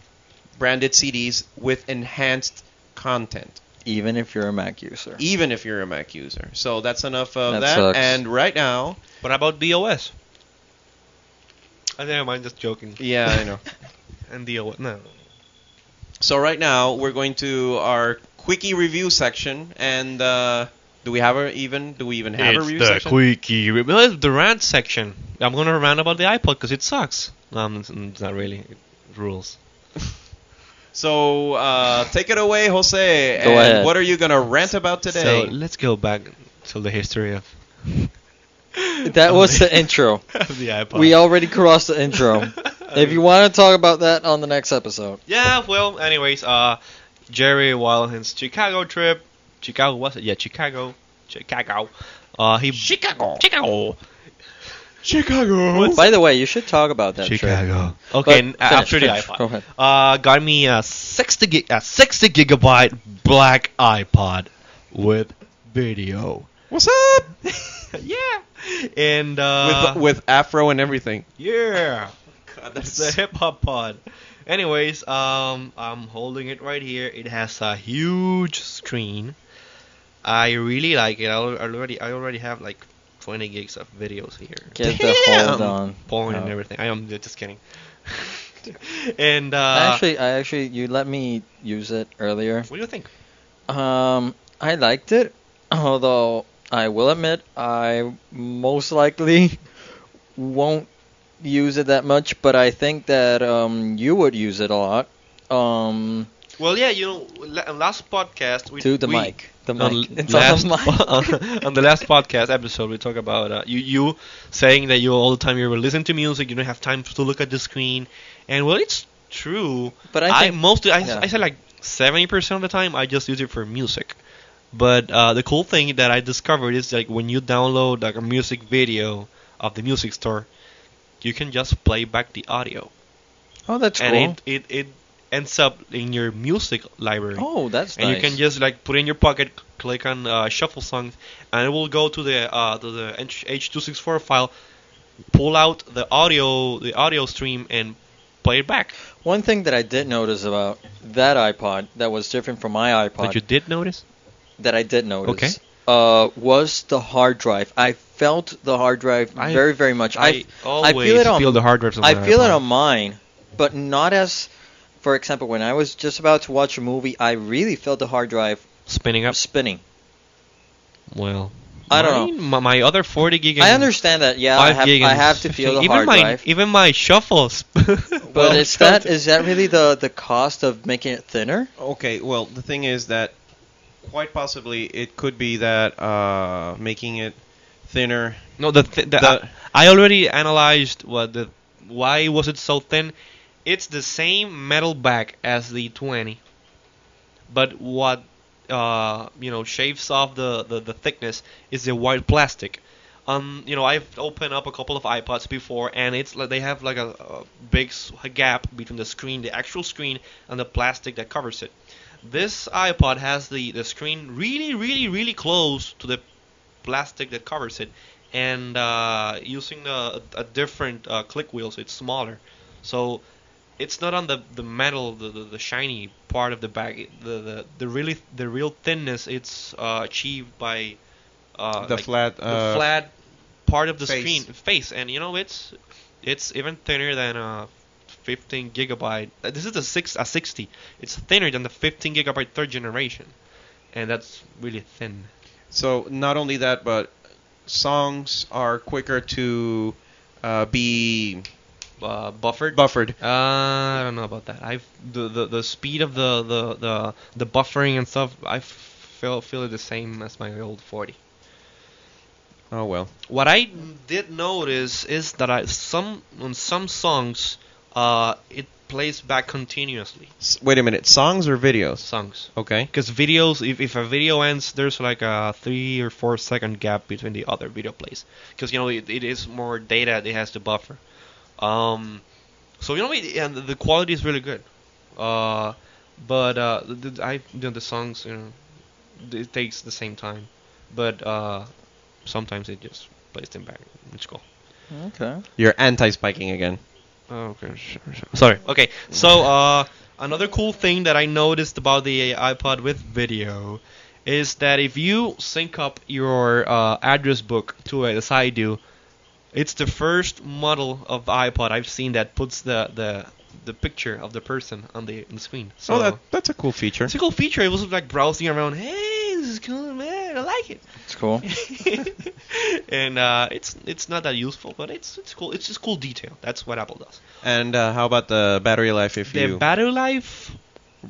Speaker 4: branded CDs with enhanced content,
Speaker 5: Even if you're a Mac user.
Speaker 4: even if you're a Mac user. So that's enough of
Speaker 5: That
Speaker 4: that.
Speaker 5: sucks.
Speaker 4: And right now,
Speaker 3: What about BOS? I never mind. Just joking.
Speaker 4: yeah, I know.
Speaker 3: And DOS. No.
Speaker 4: So right now we're going to our quickie review section, and uh, do we have a even? Do we even have a review section?
Speaker 3: quickie. re- Well, it's the rant section. I'm gonna rant about the iPod because it sucks. Um, it's- it's not really. It rules.
Speaker 4: so uh, take it away, Jose.
Speaker 5: Go
Speaker 4: and
Speaker 5: ahead.
Speaker 4: What are you gonna rant about today?
Speaker 3: So let's go back to the history of,
Speaker 5: That was the intro.
Speaker 3: of the iPod.
Speaker 5: We already crossed the intro. If you want to talk about that on the next episode,
Speaker 3: Yeah, well, anyways, uh, Jerry Wilden's Chicago trip. Chicago, was it? Yeah, Chicago. Chicago. Uh, he. Chicago. Chicago. Chicago.
Speaker 5: by the way, you should talk about that. trip.
Speaker 3: Chicago. Okay,
Speaker 5: But
Speaker 3: and after the
Speaker 5: finish, finish. Go
Speaker 3: iPod.
Speaker 5: ahead.
Speaker 3: Uh, got me a 60, gig, a 60 gigabyte black iPod with video.
Speaker 4: What's up?
Speaker 3: yeah. And, uh.
Speaker 4: with, with Afro and everything.
Speaker 3: yeah.
Speaker 4: God,
Speaker 3: That's the hip hop pod. Anyways, um, I'm holding it right here. It has a huge screen. I really like it. I al- I already, I already have like 20 gigs of videos here,
Speaker 5: Get the
Speaker 4: Damn.
Speaker 5: hold on.
Speaker 3: porn
Speaker 5: Oh.
Speaker 3: and everything. I am just kidding. and uh,
Speaker 5: I actually, I actually, you let me use it earlier.
Speaker 3: what do you think?
Speaker 5: Um, I liked it, although I will admit I most likely won't use it that much. But I think that um, you would use it a lot. Um,
Speaker 3: Well, yeah, you know, la- last podcast we
Speaker 5: to the
Speaker 3: we-
Speaker 5: mic, the
Speaker 3: on
Speaker 5: mic, it's
Speaker 3: last-
Speaker 5: on the mic.
Speaker 3: on the last podcast episode, we talk about uh, you you saying that you all the time you will listen to music, you don't have time to look at the screen, and well, it's true.
Speaker 5: But I
Speaker 3: I,
Speaker 5: think
Speaker 3: mostly I,
Speaker 5: yeah.
Speaker 3: I said like seventy percent of the time I just use it for music. But uh, the cool thing that I discovered is like when you download like a music video of the music store, you can just play back the audio,
Speaker 5: oh, that's
Speaker 3: and
Speaker 5: cool.
Speaker 3: it, it it ends up in your music library
Speaker 5: Oh, that's
Speaker 3: and you
Speaker 5: nice.
Speaker 3: can just like put in your pocket, c- click on uh, shuffle songs, and it will go to the uh, to the H two six four file, pull out the audio the audio stream and play it back.
Speaker 5: One thing that I did notice about that iPod that was different from my iPod
Speaker 3: But you did notice?
Speaker 5: that I did notice
Speaker 3: Okay.
Speaker 5: uh, was the hard drive. I felt the hard drive
Speaker 3: I-
Speaker 5: very, very much. I,
Speaker 3: always
Speaker 5: feel it on-
Speaker 3: the hard drive.
Speaker 5: I feel it on mine, but not as. For example, when I was just about to watch a movie, I really felt the hard drive
Speaker 3: spinning up.
Speaker 5: spinning.
Speaker 3: Well,
Speaker 5: I don't
Speaker 3: know. My, my other forty gig.
Speaker 5: I
Speaker 3: and
Speaker 5: understand that. Yeah, I
Speaker 3: Five
Speaker 5: have,
Speaker 3: gig
Speaker 5: I
Speaker 3: and
Speaker 5: have to feel
Speaker 3: 15.
Speaker 5: the
Speaker 3: even
Speaker 5: hard
Speaker 3: my,
Speaker 5: drive.
Speaker 3: Even my shuffles.
Speaker 5: But is that is that really the the cost of making it thinner?
Speaker 4: Okay, well, the thing is that quite possibly it could be that uh, making it thinner.
Speaker 3: No, the, th- the,
Speaker 4: The-
Speaker 3: I, I already analyzed what the why was it so thin. It's the same metal back as the 20, but what uh, you know shaves off the, the, the thickness is the white plastic. Um, you know, I've opened up a couple of iPods before, and it's like they have like a, a big s- gap between the screen, the actual screen, and the plastic that covers it. This iPod has the, the screen really, really, really close to the plastic that covers it, and uh, using a, a different uh, click wheels, it's smaller. So it's not on the, the metal, the, the, the shiny part of the back. It- The, the, the really the real thinness it's uh, achieved by uh,
Speaker 4: The
Speaker 3: like
Speaker 4: flat,
Speaker 3: the
Speaker 4: uh,
Speaker 3: flat part of the
Speaker 4: face.
Speaker 3: screen face, and you know it's It's even thinner than a 15 gigabyte. uh, This is a six a 60. It's thinner than the 15 gigabyte third generation, and that's really thin.
Speaker 4: So not only that, but songs are quicker to uh, be
Speaker 3: Uh, buffered.
Speaker 4: buffered.
Speaker 3: Uh, I don't know about that. I've the, the, the speed of the, the, the, the buffering and stuff. I feel feel it the same as my old 40.
Speaker 4: Oh well.
Speaker 3: What I did notice is that I some on some songs, uh, it plays back continuously.
Speaker 4: S- wait a minute. Songs or videos?
Speaker 3: Songs.
Speaker 4: Okay.
Speaker 3: Because videos, if, if a video ends, there's like a three or four second gap between the other video plays. Because you know it, it is more data it has to buffer. Um, so you know it, and the quality is really good. Uh, but uh, the, the- I you know, the songs you know it takes the same time, but uh, sometimes it just plays them back. It's cool.
Speaker 5: Okay.
Speaker 4: You're anti-spiking again.
Speaker 3: Oh, Okay, sure, sure. Sorry. Okay, so uh, another cool thing that I noticed about the iPod with video is that if you sync up your uh, address book to it, as I do, it's the first model of iPod I've seen that puts the the, the picture of the person on the, on the screen. So
Speaker 4: oh, that that's a cool feature.
Speaker 3: it's a cool feature. It was like browsing around. Hey, this is cool, man. I like it
Speaker 5: It's cool.
Speaker 3: and uh, it's it's not that useful, but it's it's cool. It's just cool detail. That's what Apple does.
Speaker 4: And uh, how about the Ah. battery life if
Speaker 3: The
Speaker 4: you
Speaker 3: battery life.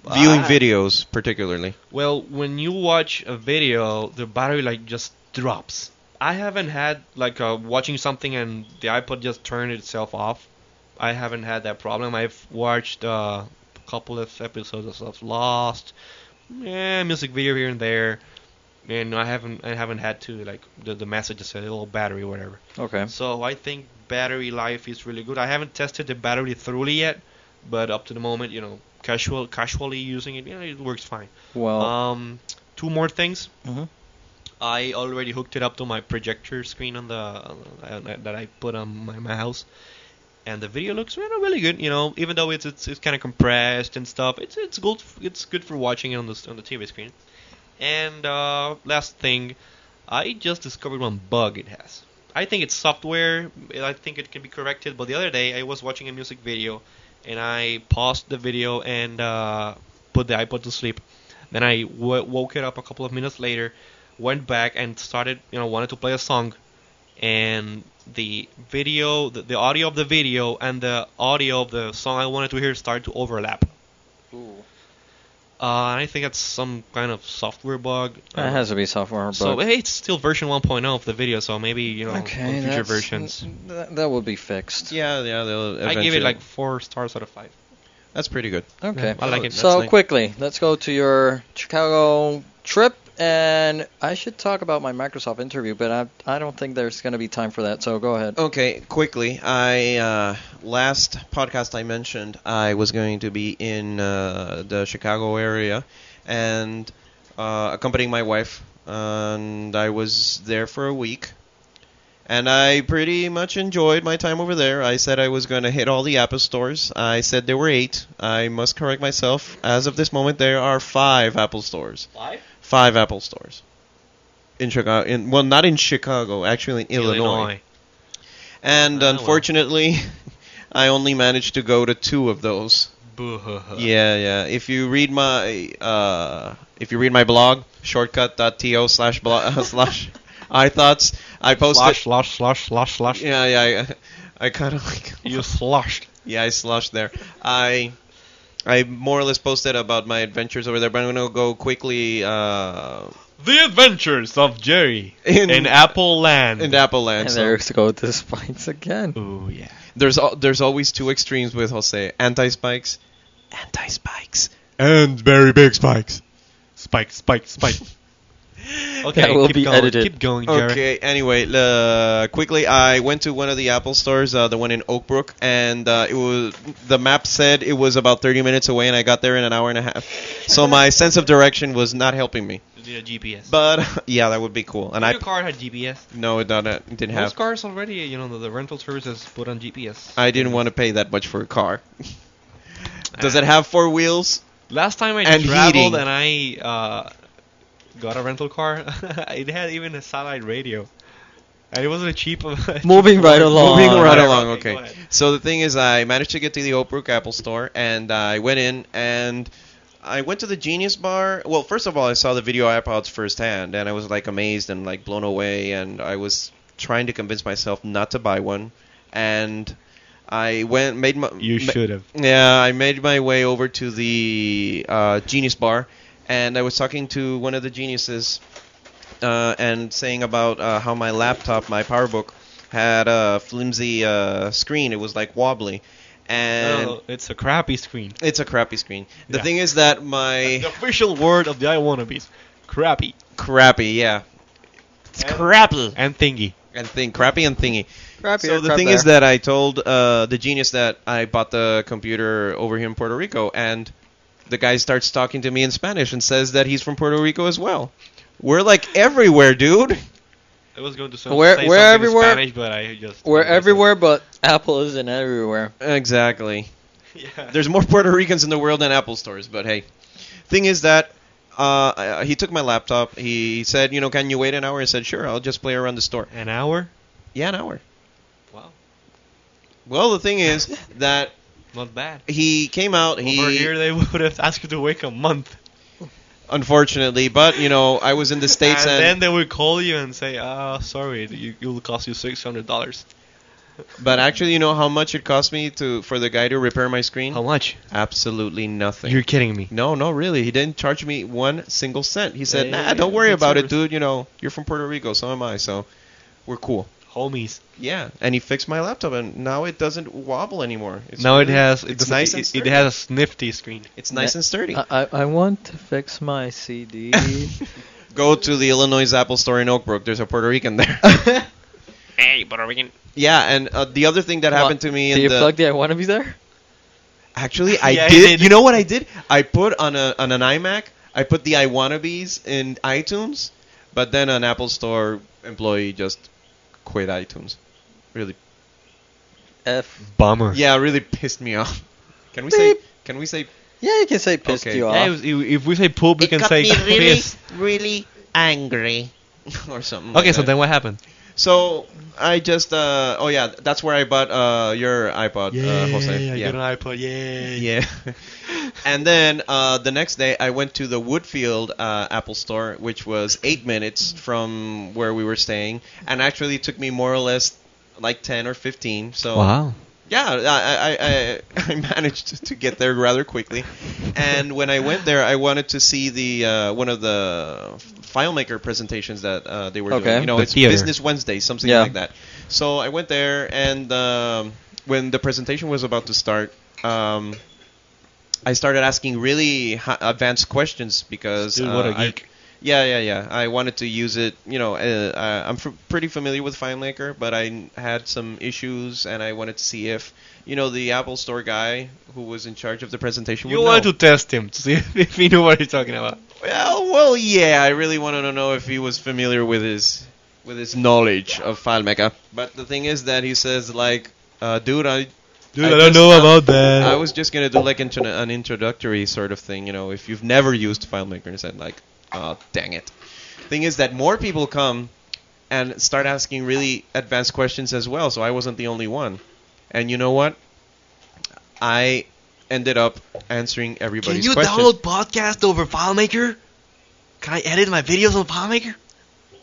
Speaker 4: viewing
Speaker 3: I-
Speaker 4: videos particularly?
Speaker 3: Well, when you watch a video, the battery like just drops. I haven't had like uh, watching something and the iPod just turned itself off. I haven't had that problem. I've watched uh, a couple of episodes of Lost, yeah, music video here and there, and I haven't I haven't had to like the the message just said little battery whatever.
Speaker 5: Okay.
Speaker 3: So I think battery life is really good. I haven't tested the battery thoroughly yet, but up to the moment, you know, casual casually using it, you know, it works fine.
Speaker 5: Well.
Speaker 3: Um, two more things.
Speaker 5: mhm.
Speaker 3: I already hooked it up to my projector screen on the uh, that I put on my, my house, and the video looks really, really good. You know, even though it's it's, it's kind of compressed and stuff, it's it's good it's good for watching it on the on the TV screen. And uh, last thing, I just discovered one bug it has. I think it's software. I think it can be corrected. But the other day, I was watching a music video, and I paused the video and uh, put the iPod to sleep. Then I w- woke it up a couple of minutes later, went back and started, you know, wanted to play a song, and the video, the, the audio of the video and the audio of the song I wanted to hear started to overlap. Uh, I think that's some kind of software bug. I
Speaker 5: That
Speaker 3: don't
Speaker 5: has to be software. But
Speaker 3: so hey, it's still version 1.0 of the video, so maybe you know
Speaker 5: okay,
Speaker 3: on future
Speaker 5: that's-
Speaker 3: versions.
Speaker 5: That, that will be fixed.
Speaker 4: Yeah, yeah. They'll
Speaker 3: I
Speaker 4: eventually-
Speaker 3: give it like four stars out of five.
Speaker 4: that's pretty good.
Speaker 5: Okay.
Speaker 3: I like it.
Speaker 5: So
Speaker 4: That's nice.
Speaker 5: quickly, let's go to your Chicago trip, and I should talk about my Microsoft interview, but I I don't think there's going to be time for that. So go ahead.
Speaker 4: Oh, Okay, quickly. I uh, last podcast I mentioned I was going to be in uh, the Chicago area and uh, accompanying my wife, and I was there for a week. And I pretty much enjoyed my time over there. I said I was going to hit all the Apple stores. I said there were eight. I must correct myself. As of this moment, there are five Apple stores.
Speaker 3: Five?
Speaker 4: Five Apple stores. In Chicago, in, well, not in Chicago, actually in Illinois. And
Speaker 3: Ah, well.
Speaker 4: unfortunately, I only managed to go to two of those.
Speaker 3: Boo-hoo-hoo.
Speaker 4: yeah, yeah. If you read my uh, if you read my blog, shortcut.to slash blog slash iThoughts, I posted.
Speaker 3: Slosh, slosh, slosh, slosh, slosh.
Speaker 4: Yeah, yeah. I, I kind of like.
Speaker 3: You sloshed.
Speaker 4: Yeah, I sloshed there. I I more or less posted about my adventures over there, but I'm gonna go quickly uh,
Speaker 3: The Adventures of Jerry
Speaker 4: In-
Speaker 3: in, Apple Land.
Speaker 4: in Apple Land.
Speaker 5: And
Speaker 4: so-
Speaker 5: there's go to spines again.
Speaker 3: Ooh yeah.
Speaker 4: There's al- there's always two extremes with Jose: anti spikes, anti spikes.
Speaker 3: Spike, spike, spike. okay,
Speaker 5: That will
Speaker 3: keep
Speaker 5: be
Speaker 3: going.
Speaker 5: edited.
Speaker 3: Keep going, Jerry.
Speaker 4: Okay. Anyway, uh, quickly, I went to one of the Apple stores, uh, the one in Oak Brook, and uh, it was the map said it was about 30 minutes away, and I got there in an hour and a half. So my sense of direction was not helping me.
Speaker 3: You need a GPS.
Speaker 4: But yeah, that would be cool. And
Speaker 3: Did
Speaker 4: I
Speaker 3: your car had GPS.
Speaker 4: no, it don't- it didn't
Speaker 3: Most
Speaker 4: have.
Speaker 3: cars already, you know, the, the rental services put on GPS.
Speaker 4: I didn't want to pay that much for a car.
Speaker 3: Ah.
Speaker 4: Does it have four wheels?
Speaker 3: Last time I
Speaker 4: And
Speaker 3: traveled
Speaker 4: heating.
Speaker 3: and I uh, got a rental car, it had even a satellite radio. And it wasn't a cheap.
Speaker 5: Moving right along.
Speaker 4: Moving right
Speaker 3: Whatever,
Speaker 4: along,
Speaker 3: okay,
Speaker 4: okay.
Speaker 3: go ahead.
Speaker 4: So the thing is, I managed to get to the Oak Brook Apple Store, and I went in, and I went to the Genius Bar. Well, first of all, I saw the video iPods firsthand, and I was like amazed and like blown away, and I was trying to convince myself not to buy one, and I went made my
Speaker 3: You
Speaker 4: ma-
Speaker 3: should have.
Speaker 4: yeah, I made my way over to the uh, Genius Bar, and I was talking to one of the geniuses, uh, and saying about uh, how my laptop, my PowerBook, had a flimsy uh, screen. It was like wobbly, and
Speaker 7: Oh.
Speaker 3: No, it's a crappy screen.
Speaker 4: it's a crappy screen. The
Speaker 3: Yeah.
Speaker 4: thing is that my
Speaker 3: The official word of the I wannabes. Crappy.
Speaker 4: crappy, yeah,
Speaker 7: It's crappy.
Speaker 3: And thingy.
Speaker 4: and thing, crappy and thingy.
Speaker 5: Crap
Speaker 4: so
Speaker 5: here,
Speaker 4: the
Speaker 5: crap
Speaker 4: thing
Speaker 5: there.
Speaker 4: is that I told uh, the genius that I bought the computer over here in Puerto Rico, and the guy starts talking to me in Spanish and says that he's from Puerto Rico as well. We're like everywhere, dude.
Speaker 3: I was going to say,
Speaker 5: We're-
Speaker 3: say
Speaker 5: we're
Speaker 3: something
Speaker 5: everywhere.
Speaker 3: in Spanish, but I just.
Speaker 5: We're everywhere, but Apple isn't everywhere.
Speaker 4: Exactly.
Speaker 3: Yeah.
Speaker 4: There's more Puerto Ricans in the world than Apple stores, but hey. Thing is that uh, I- he took my laptop. He said, you know, can you wait an hour? I said, sure. I'll just play around the store.
Speaker 3: An hour?
Speaker 4: Yeah, an hour.
Speaker 3: Wow.
Speaker 4: Well, the thing is that
Speaker 3: Not bad.
Speaker 4: he came out. He
Speaker 3: Over here, they would have asked you to wait a month.
Speaker 4: unfortunately, but you know, I was in the states
Speaker 3: and
Speaker 4: and,
Speaker 3: then they would call you and say, "Ah, sorry, you, it will cost you six hundred dollars."
Speaker 4: But actually, you know how much it cost me to for the guy to repair my screen?
Speaker 3: much?
Speaker 4: Absolutely nothing.
Speaker 3: You're kidding me.
Speaker 4: no, no, really. He didn't charge me one single cent. He said,
Speaker 3: Yeah,
Speaker 4: "Nah,
Speaker 3: yeah,
Speaker 4: don't
Speaker 3: yeah,
Speaker 4: worry
Speaker 3: good
Speaker 4: about it,
Speaker 3: service.
Speaker 4: dude. You know, you're from Puerto Rico, so am I. So we're cool."
Speaker 3: Homies.
Speaker 4: Yeah, and he fixed my laptop, and now it doesn't wobble anymore. It's
Speaker 3: now it
Speaker 4: really-
Speaker 3: has.
Speaker 4: It's
Speaker 3: It's, nice.
Speaker 4: nice and
Speaker 3: It, it
Speaker 4: sturdy.
Speaker 3: has a snifty screen.
Speaker 4: It's nice and sturdy.
Speaker 5: I, I, I want to fix my CD.
Speaker 4: Go to the Illinois Apple Store in Oak Brook. There's a Puerto Rican there.
Speaker 7: Hey, Puerto Rican.
Speaker 4: yeah, and uh, the other thing that happened to me
Speaker 5: Do
Speaker 4: in
Speaker 5: you
Speaker 4: the
Speaker 5: plug the I want to be there?
Speaker 4: Actually, I
Speaker 3: Yeah,
Speaker 4: did.
Speaker 3: you did.
Speaker 4: You know what I did? I put on a on an iMac. I put the I wannabes in iTunes, but then an Apple Store employee just quit iTunes. Really?
Speaker 5: F.
Speaker 3: Bummer.
Speaker 4: Yeah, really pissed me off. Can we say? Can we say?
Speaker 5: Yeah, you can say pissed
Speaker 4: Okay.
Speaker 5: you off.
Speaker 3: Yeah, if, if we say poop, we
Speaker 8: It
Speaker 3: can
Speaker 8: got
Speaker 3: say
Speaker 8: me really,
Speaker 3: piss.
Speaker 8: really angry.
Speaker 4: or something.
Speaker 3: Okay,
Speaker 4: like
Speaker 3: so
Speaker 4: that.
Speaker 3: then what happened?
Speaker 4: So I just. Uh, oh yeah, that's where I bought uh, your iPod, uh, Jose.
Speaker 3: I got an iPod. Yeah.
Speaker 4: Yeah. and then uh, the next day, I went to the Woodfield uh, Apple Store, which was eight minutes from where we were staying, and actually took me more or less like ten or fifteen. So
Speaker 2: Wow.
Speaker 4: yeah, I, I, I, I managed to get there rather quickly. And when I went there, I wanted to see the uh, one of the FileMaker presentations that uh, they were
Speaker 5: Okay.
Speaker 4: doing. You know,
Speaker 3: The
Speaker 4: it's
Speaker 3: theater.
Speaker 4: Business Wednesday, something
Speaker 5: Yeah.
Speaker 4: like that. So I went there, and um, when the presentation was about to start, um, I started asking really hi- advanced questions because
Speaker 3: Dude, what
Speaker 4: uh,
Speaker 3: a
Speaker 4: I-
Speaker 3: geek.
Speaker 4: yeah, yeah, yeah. I wanted to use it. You know, uh, uh, I'm fr- pretty familiar with FileMaker, but I n- had some issues, and I wanted to see if, you know, the Apple Store guy who was in charge of the presentation.
Speaker 3: You
Speaker 4: would
Speaker 3: wanted
Speaker 4: know.
Speaker 3: to test him to see if he knew what he's talking about.
Speaker 4: Well, well, yeah. I really wanted to know if he was familiar with his with his knowledge of FileMaker. But the thing is that he says like, uh, dude, I
Speaker 3: Dude,
Speaker 4: I
Speaker 3: I, don't
Speaker 4: just-
Speaker 3: know about that.
Speaker 4: I was just gonna do like intro- an introductory sort of thing, you know, if you've never used FileMaker, and said like, oh dang it. Thing is that more people come and start asking really advanced questions as well, so I wasn't the only one. And you know what? I ended up answering everybody's questions.
Speaker 3: podcast over FileMaker? Can I edit my videos on FileMaker?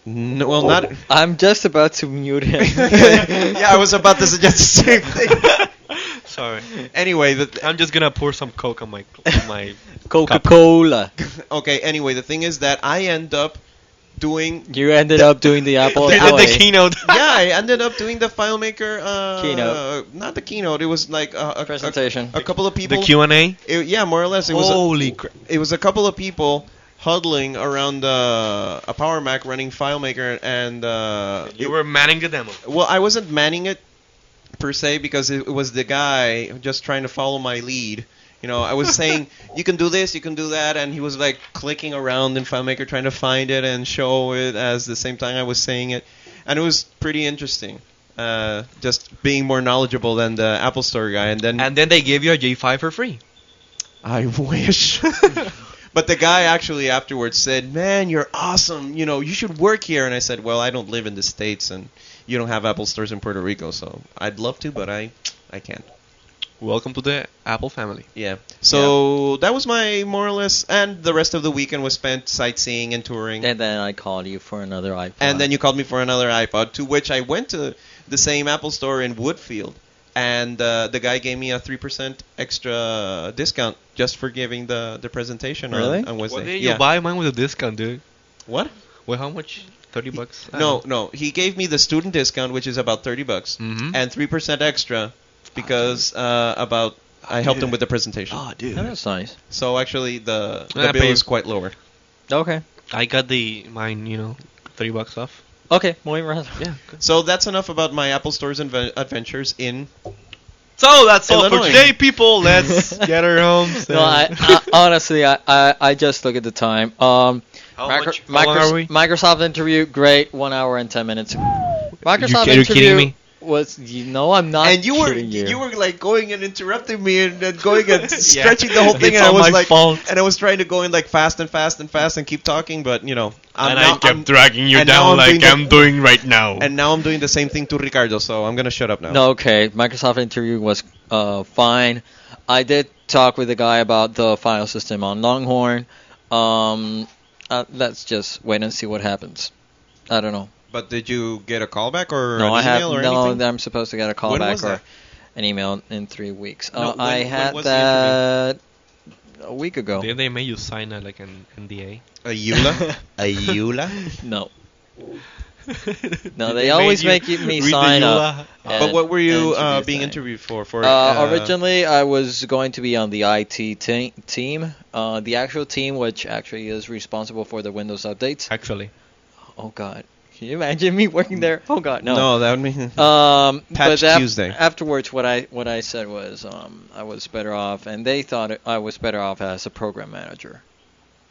Speaker 4: No, well, not.
Speaker 5: I'm just about to mute him.
Speaker 4: yeah, I was about to suggest the same thing.
Speaker 3: Sorry,
Speaker 4: Anyway, the,
Speaker 3: I'm just gonna pour some coke on my on my.
Speaker 5: Coca Cola.
Speaker 4: okay. Anyway, the thing is that I end up doing
Speaker 5: You ended up doing the Apple.
Speaker 3: You did the
Speaker 5: Alley.
Speaker 3: keynote.
Speaker 4: yeah, I ended up doing the FileMaker uh,
Speaker 5: Keynote.
Speaker 4: Not the keynote. It was like a, a
Speaker 5: Presentation.
Speaker 4: A, a couple of
Speaker 3: the
Speaker 4: people.
Speaker 3: Q and A.
Speaker 4: it- yeah, more or less. It was.
Speaker 3: Holy
Speaker 4: a,
Speaker 3: crap!
Speaker 4: It was a couple of people huddling around uh, a Power Mac running FileMaker, and uh,
Speaker 3: You were manning the demo.
Speaker 4: well, I wasn't manning it per se because it was the guy just trying to follow my lead. You know, I was saying you can do this, you can do that, and he was like clicking around in FileMaker trying to find it and show it as the same time I was saying it, and it was pretty interesting. Uh, just being more knowledgeable than the Apple Store guy, and then
Speaker 3: And then they gave you a J5 for free.
Speaker 4: I wish. But the guy actually afterwards said, "Man, you're awesome. You know, you should work here." And I said, "Well, I don't live in the states, and you don't have Apple stores in Puerto Rico, so I'd love to, but I, I can't."
Speaker 3: Welcome to the Apple family.
Speaker 4: Yeah. So that was my more or less, and the rest of the weekend was spent sightseeing and touring.
Speaker 5: And then I called you for another iPod.
Speaker 4: And then you called me for another iPod, to which I went to the same Apple store in Woodfield, and uh, the guy gave me a three percent extra discount just for giving the the presentation on-
Speaker 5: Really?
Speaker 4: on, Wednesday.
Speaker 3: Why did
Speaker 4: yeah.
Speaker 3: you buy mine with a discount, dude?
Speaker 4: What?
Speaker 3: Wait, how much? Thirty bucks?
Speaker 4: No, no. He gave me the student discount, which is about thirty bucks,
Speaker 3: Mhm.
Speaker 4: and three percent extra because uh, about I helped him with the presentation.
Speaker 3: dude.
Speaker 5: Oh, that's nice.
Speaker 4: So actually, the the
Speaker 3: I
Speaker 4: bill
Speaker 3: paid-
Speaker 4: is quite lower.
Speaker 5: Okay.
Speaker 3: I got the mine, you know, thirty bucks off.
Speaker 5: Okay. Muy bien.
Speaker 3: Yeah.
Speaker 4: So that's enough about my Apple Store's inve- adventures in
Speaker 3: So that's all for
Speaker 4: Illinois.
Speaker 3: today, people. Let's get her home. Um, So.
Speaker 5: No, I, I honestly, I, I, I just look at the time. Um,
Speaker 3: How
Speaker 5: micro-
Speaker 3: much- how long
Speaker 5: micros-
Speaker 3: are we?
Speaker 5: Microsoft interview, great, one hour and ten minutes.
Speaker 3: are
Speaker 5: Microsoft
Speaker 3: you
Speaker 5: interview
Speaker 3: kidding me?
Speaker 5: was, you know, I'm not.
Speaker 4: and you were
Speaker 5: kidding you.
Speaker 4: you. were like going and interrupting me and, and going and stretching the whole
Speaker 3: It's
Speaker 4: thing and
Speaker 3: all
Speaker 4: I was
Speaker 3: my
Speaker 4: like
Speaker 3: fault.
Speaker 4: and I was trying to go in like fast and fast and fast and keep talking but you know I'm
Speaker 3: And I
Speaker 4: now,
Speaker 3: kept
Speaker 4: I'm-
Speaker 7: dragging you
Speaker 4: and now
Speaker 7: down
Speaker 4: I'm
Speaker 7: like
Speaker 4: doing the-
Speaker 7: I'm doing right now.
Speaker 4: and now I'm doing the same thing to Ricardo so I'm gonna shut up now.
Speaker 5: No, okay. Microsoft interview was uh, fine. I did talk with the guy about the file system on Longhorn. Um, uh, let's just wait and see what happens. I don't know.
Speaker 4: But did you get a callback or
Speaker 5: no,
Speaker 4: an
Speaker 5: I have
Speaker 4: email or
Speaker 5: no.
Speaker 4: anything?
Speaker 5: I'm supposed to get a call
Speaker 4: When
Speaker 5: back
Speaker 4: was
Speaker 5: or
Speaker 4: that?
Speaker 5: an email in three weeks.
Speaker 4: No,
Speaker 5: uh,
Speaker 4: when-
Speaker 5: I
Speaker 4: when
Speaker 5: had
Speaker 4: was the
Speaker 5: that a week ago.
Speaker 3: Did they made you sign a, like an NDA?
Speaker 4: A Eula? a Eula?
Speaker 5: No,
Speaker 3: Did
Speaker 5: no. They,
Speaker 3: made
Speaker 5: always
Speaker 3: you
Speaker 5: make you, me
Speaker 3: read the
Speaker 5: sign
Speaker 3: EULA?
Speaker 5: up.
Speaker 4: but what were you uh, being
Speaker 5: interviewed?
Speaker 4: interviewed for? For
Speaker 5: Uh, originally, I was going to be on the IT te- team, uh, the actual team which actually is responsible for the Windows updates.
Speaker 3: Actually,
Speaker 5: Oh God, can you imagine me working there? Oh God, no.
Speaker 4: No, that would mean
Speaker 5: Um,
Speaker 4: Patch
Speaker 5: but af-
Speaker 4: Tuesday.
Speaker 5: Afterwards, what I what I said was um, I was better off, and they thought I was better off as a program manager.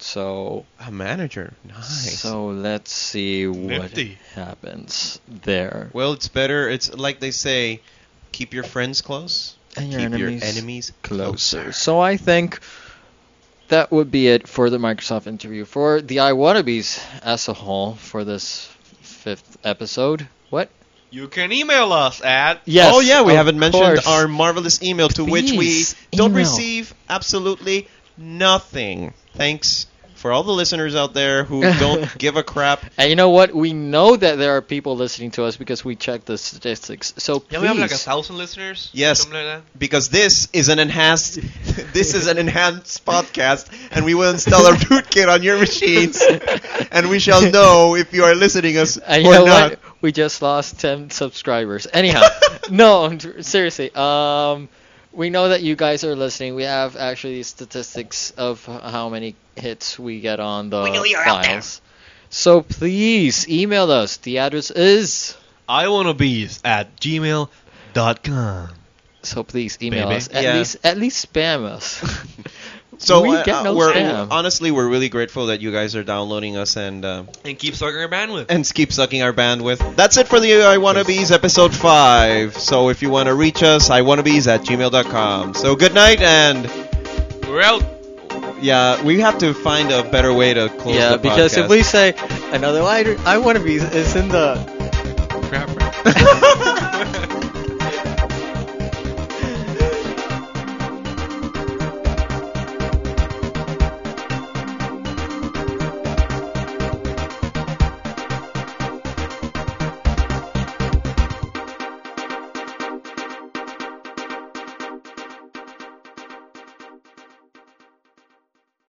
Speaker 5: So
Speaker 4: a manager. Nice.
Speaker 5: so let's see what
Speaker 3: Nifty.
Speaker 5: happens there.
Speaker 4: Well, it's better. It's like they say, keep your friends close
Speaker 5: And your
Speaker 4: keep
Speaker 5: enemies
Speaker 4: your enemies
Speaker 5: closer. So I think that would be it for the Microsoft interview. For the I wannabes as a whole for this fifth episode. What?
Speaker 3: you can email us at
Speaker 5: Yes.
Speaker 4: oh yeah, we
Speaker 5: of
Speaker 4: haven't mentioned
Speaker 5: course.
Speaker 4: our marvelous email to which we
Speaker 5: Please,
Speaker 4: don't
Speaker 5: email.
Speaker 4: receive absolutely nothing. Thanks for all the listeners out there who don't give a crap.
Speaker 5: And you know what? We know that there are people listening to us because we check the statistics. So
Speaker 3: Yeah,
Speaker 5: please,
Speaker 3: we have like a thousand listeners.
Speaker 4: Yes.
Speaker 3: Something like
Speaker 4: Because this is an enhanced, this is an enhanced podcast, and we will install a rootkit on your machines, and we shall know if you are listening us
Speaker 5: and Uh, you
Speaker 4: or
Speaker 5: know
Speaker 4: not.
Speaker 5: what? We just lost ten subscribers. Anyhow, no, I'm tr- seriously. Um, we know that you guys are listening. We have actually statistics of h- how many hits we get on the
Speaker 8: We know you're out there.
Speaker 5: files. So please email us. The address is.
Speaker 3: I wanna be at gmail.com.
Speaker 5: So please email
Speaker 3: Baby.
Speaker 5: us. At
Speaker 4: Yeah.
Speaker 5: least, at least spam us.
Speaker 4: So
Speaker 5: We
Speaker 4: uh,
Speaker 5: get no
Speaker 4: we're
Speaker 5: spam.
Speaker 4: honestly, we're really grateful that you guys are downloading us and. Uh,
Speaker 3: And keep sucking your bandwidth.
Speaker 4: and keep sucking our bandwidth. That's it for the I Wanna Bees episode 5. So if you want to reach us, I Wanna Bees at gmail.com. So good night, and
Speaker 3: We're out.
Speaker 4: yeah, we have to find a better way to close
Speaker 5: yeah,
Speaker 4: the
Speaker 5: because
Speaker 4: podcast.
Speaker 5: if we say another I, I want to be is in the
Speaker 3: Crap.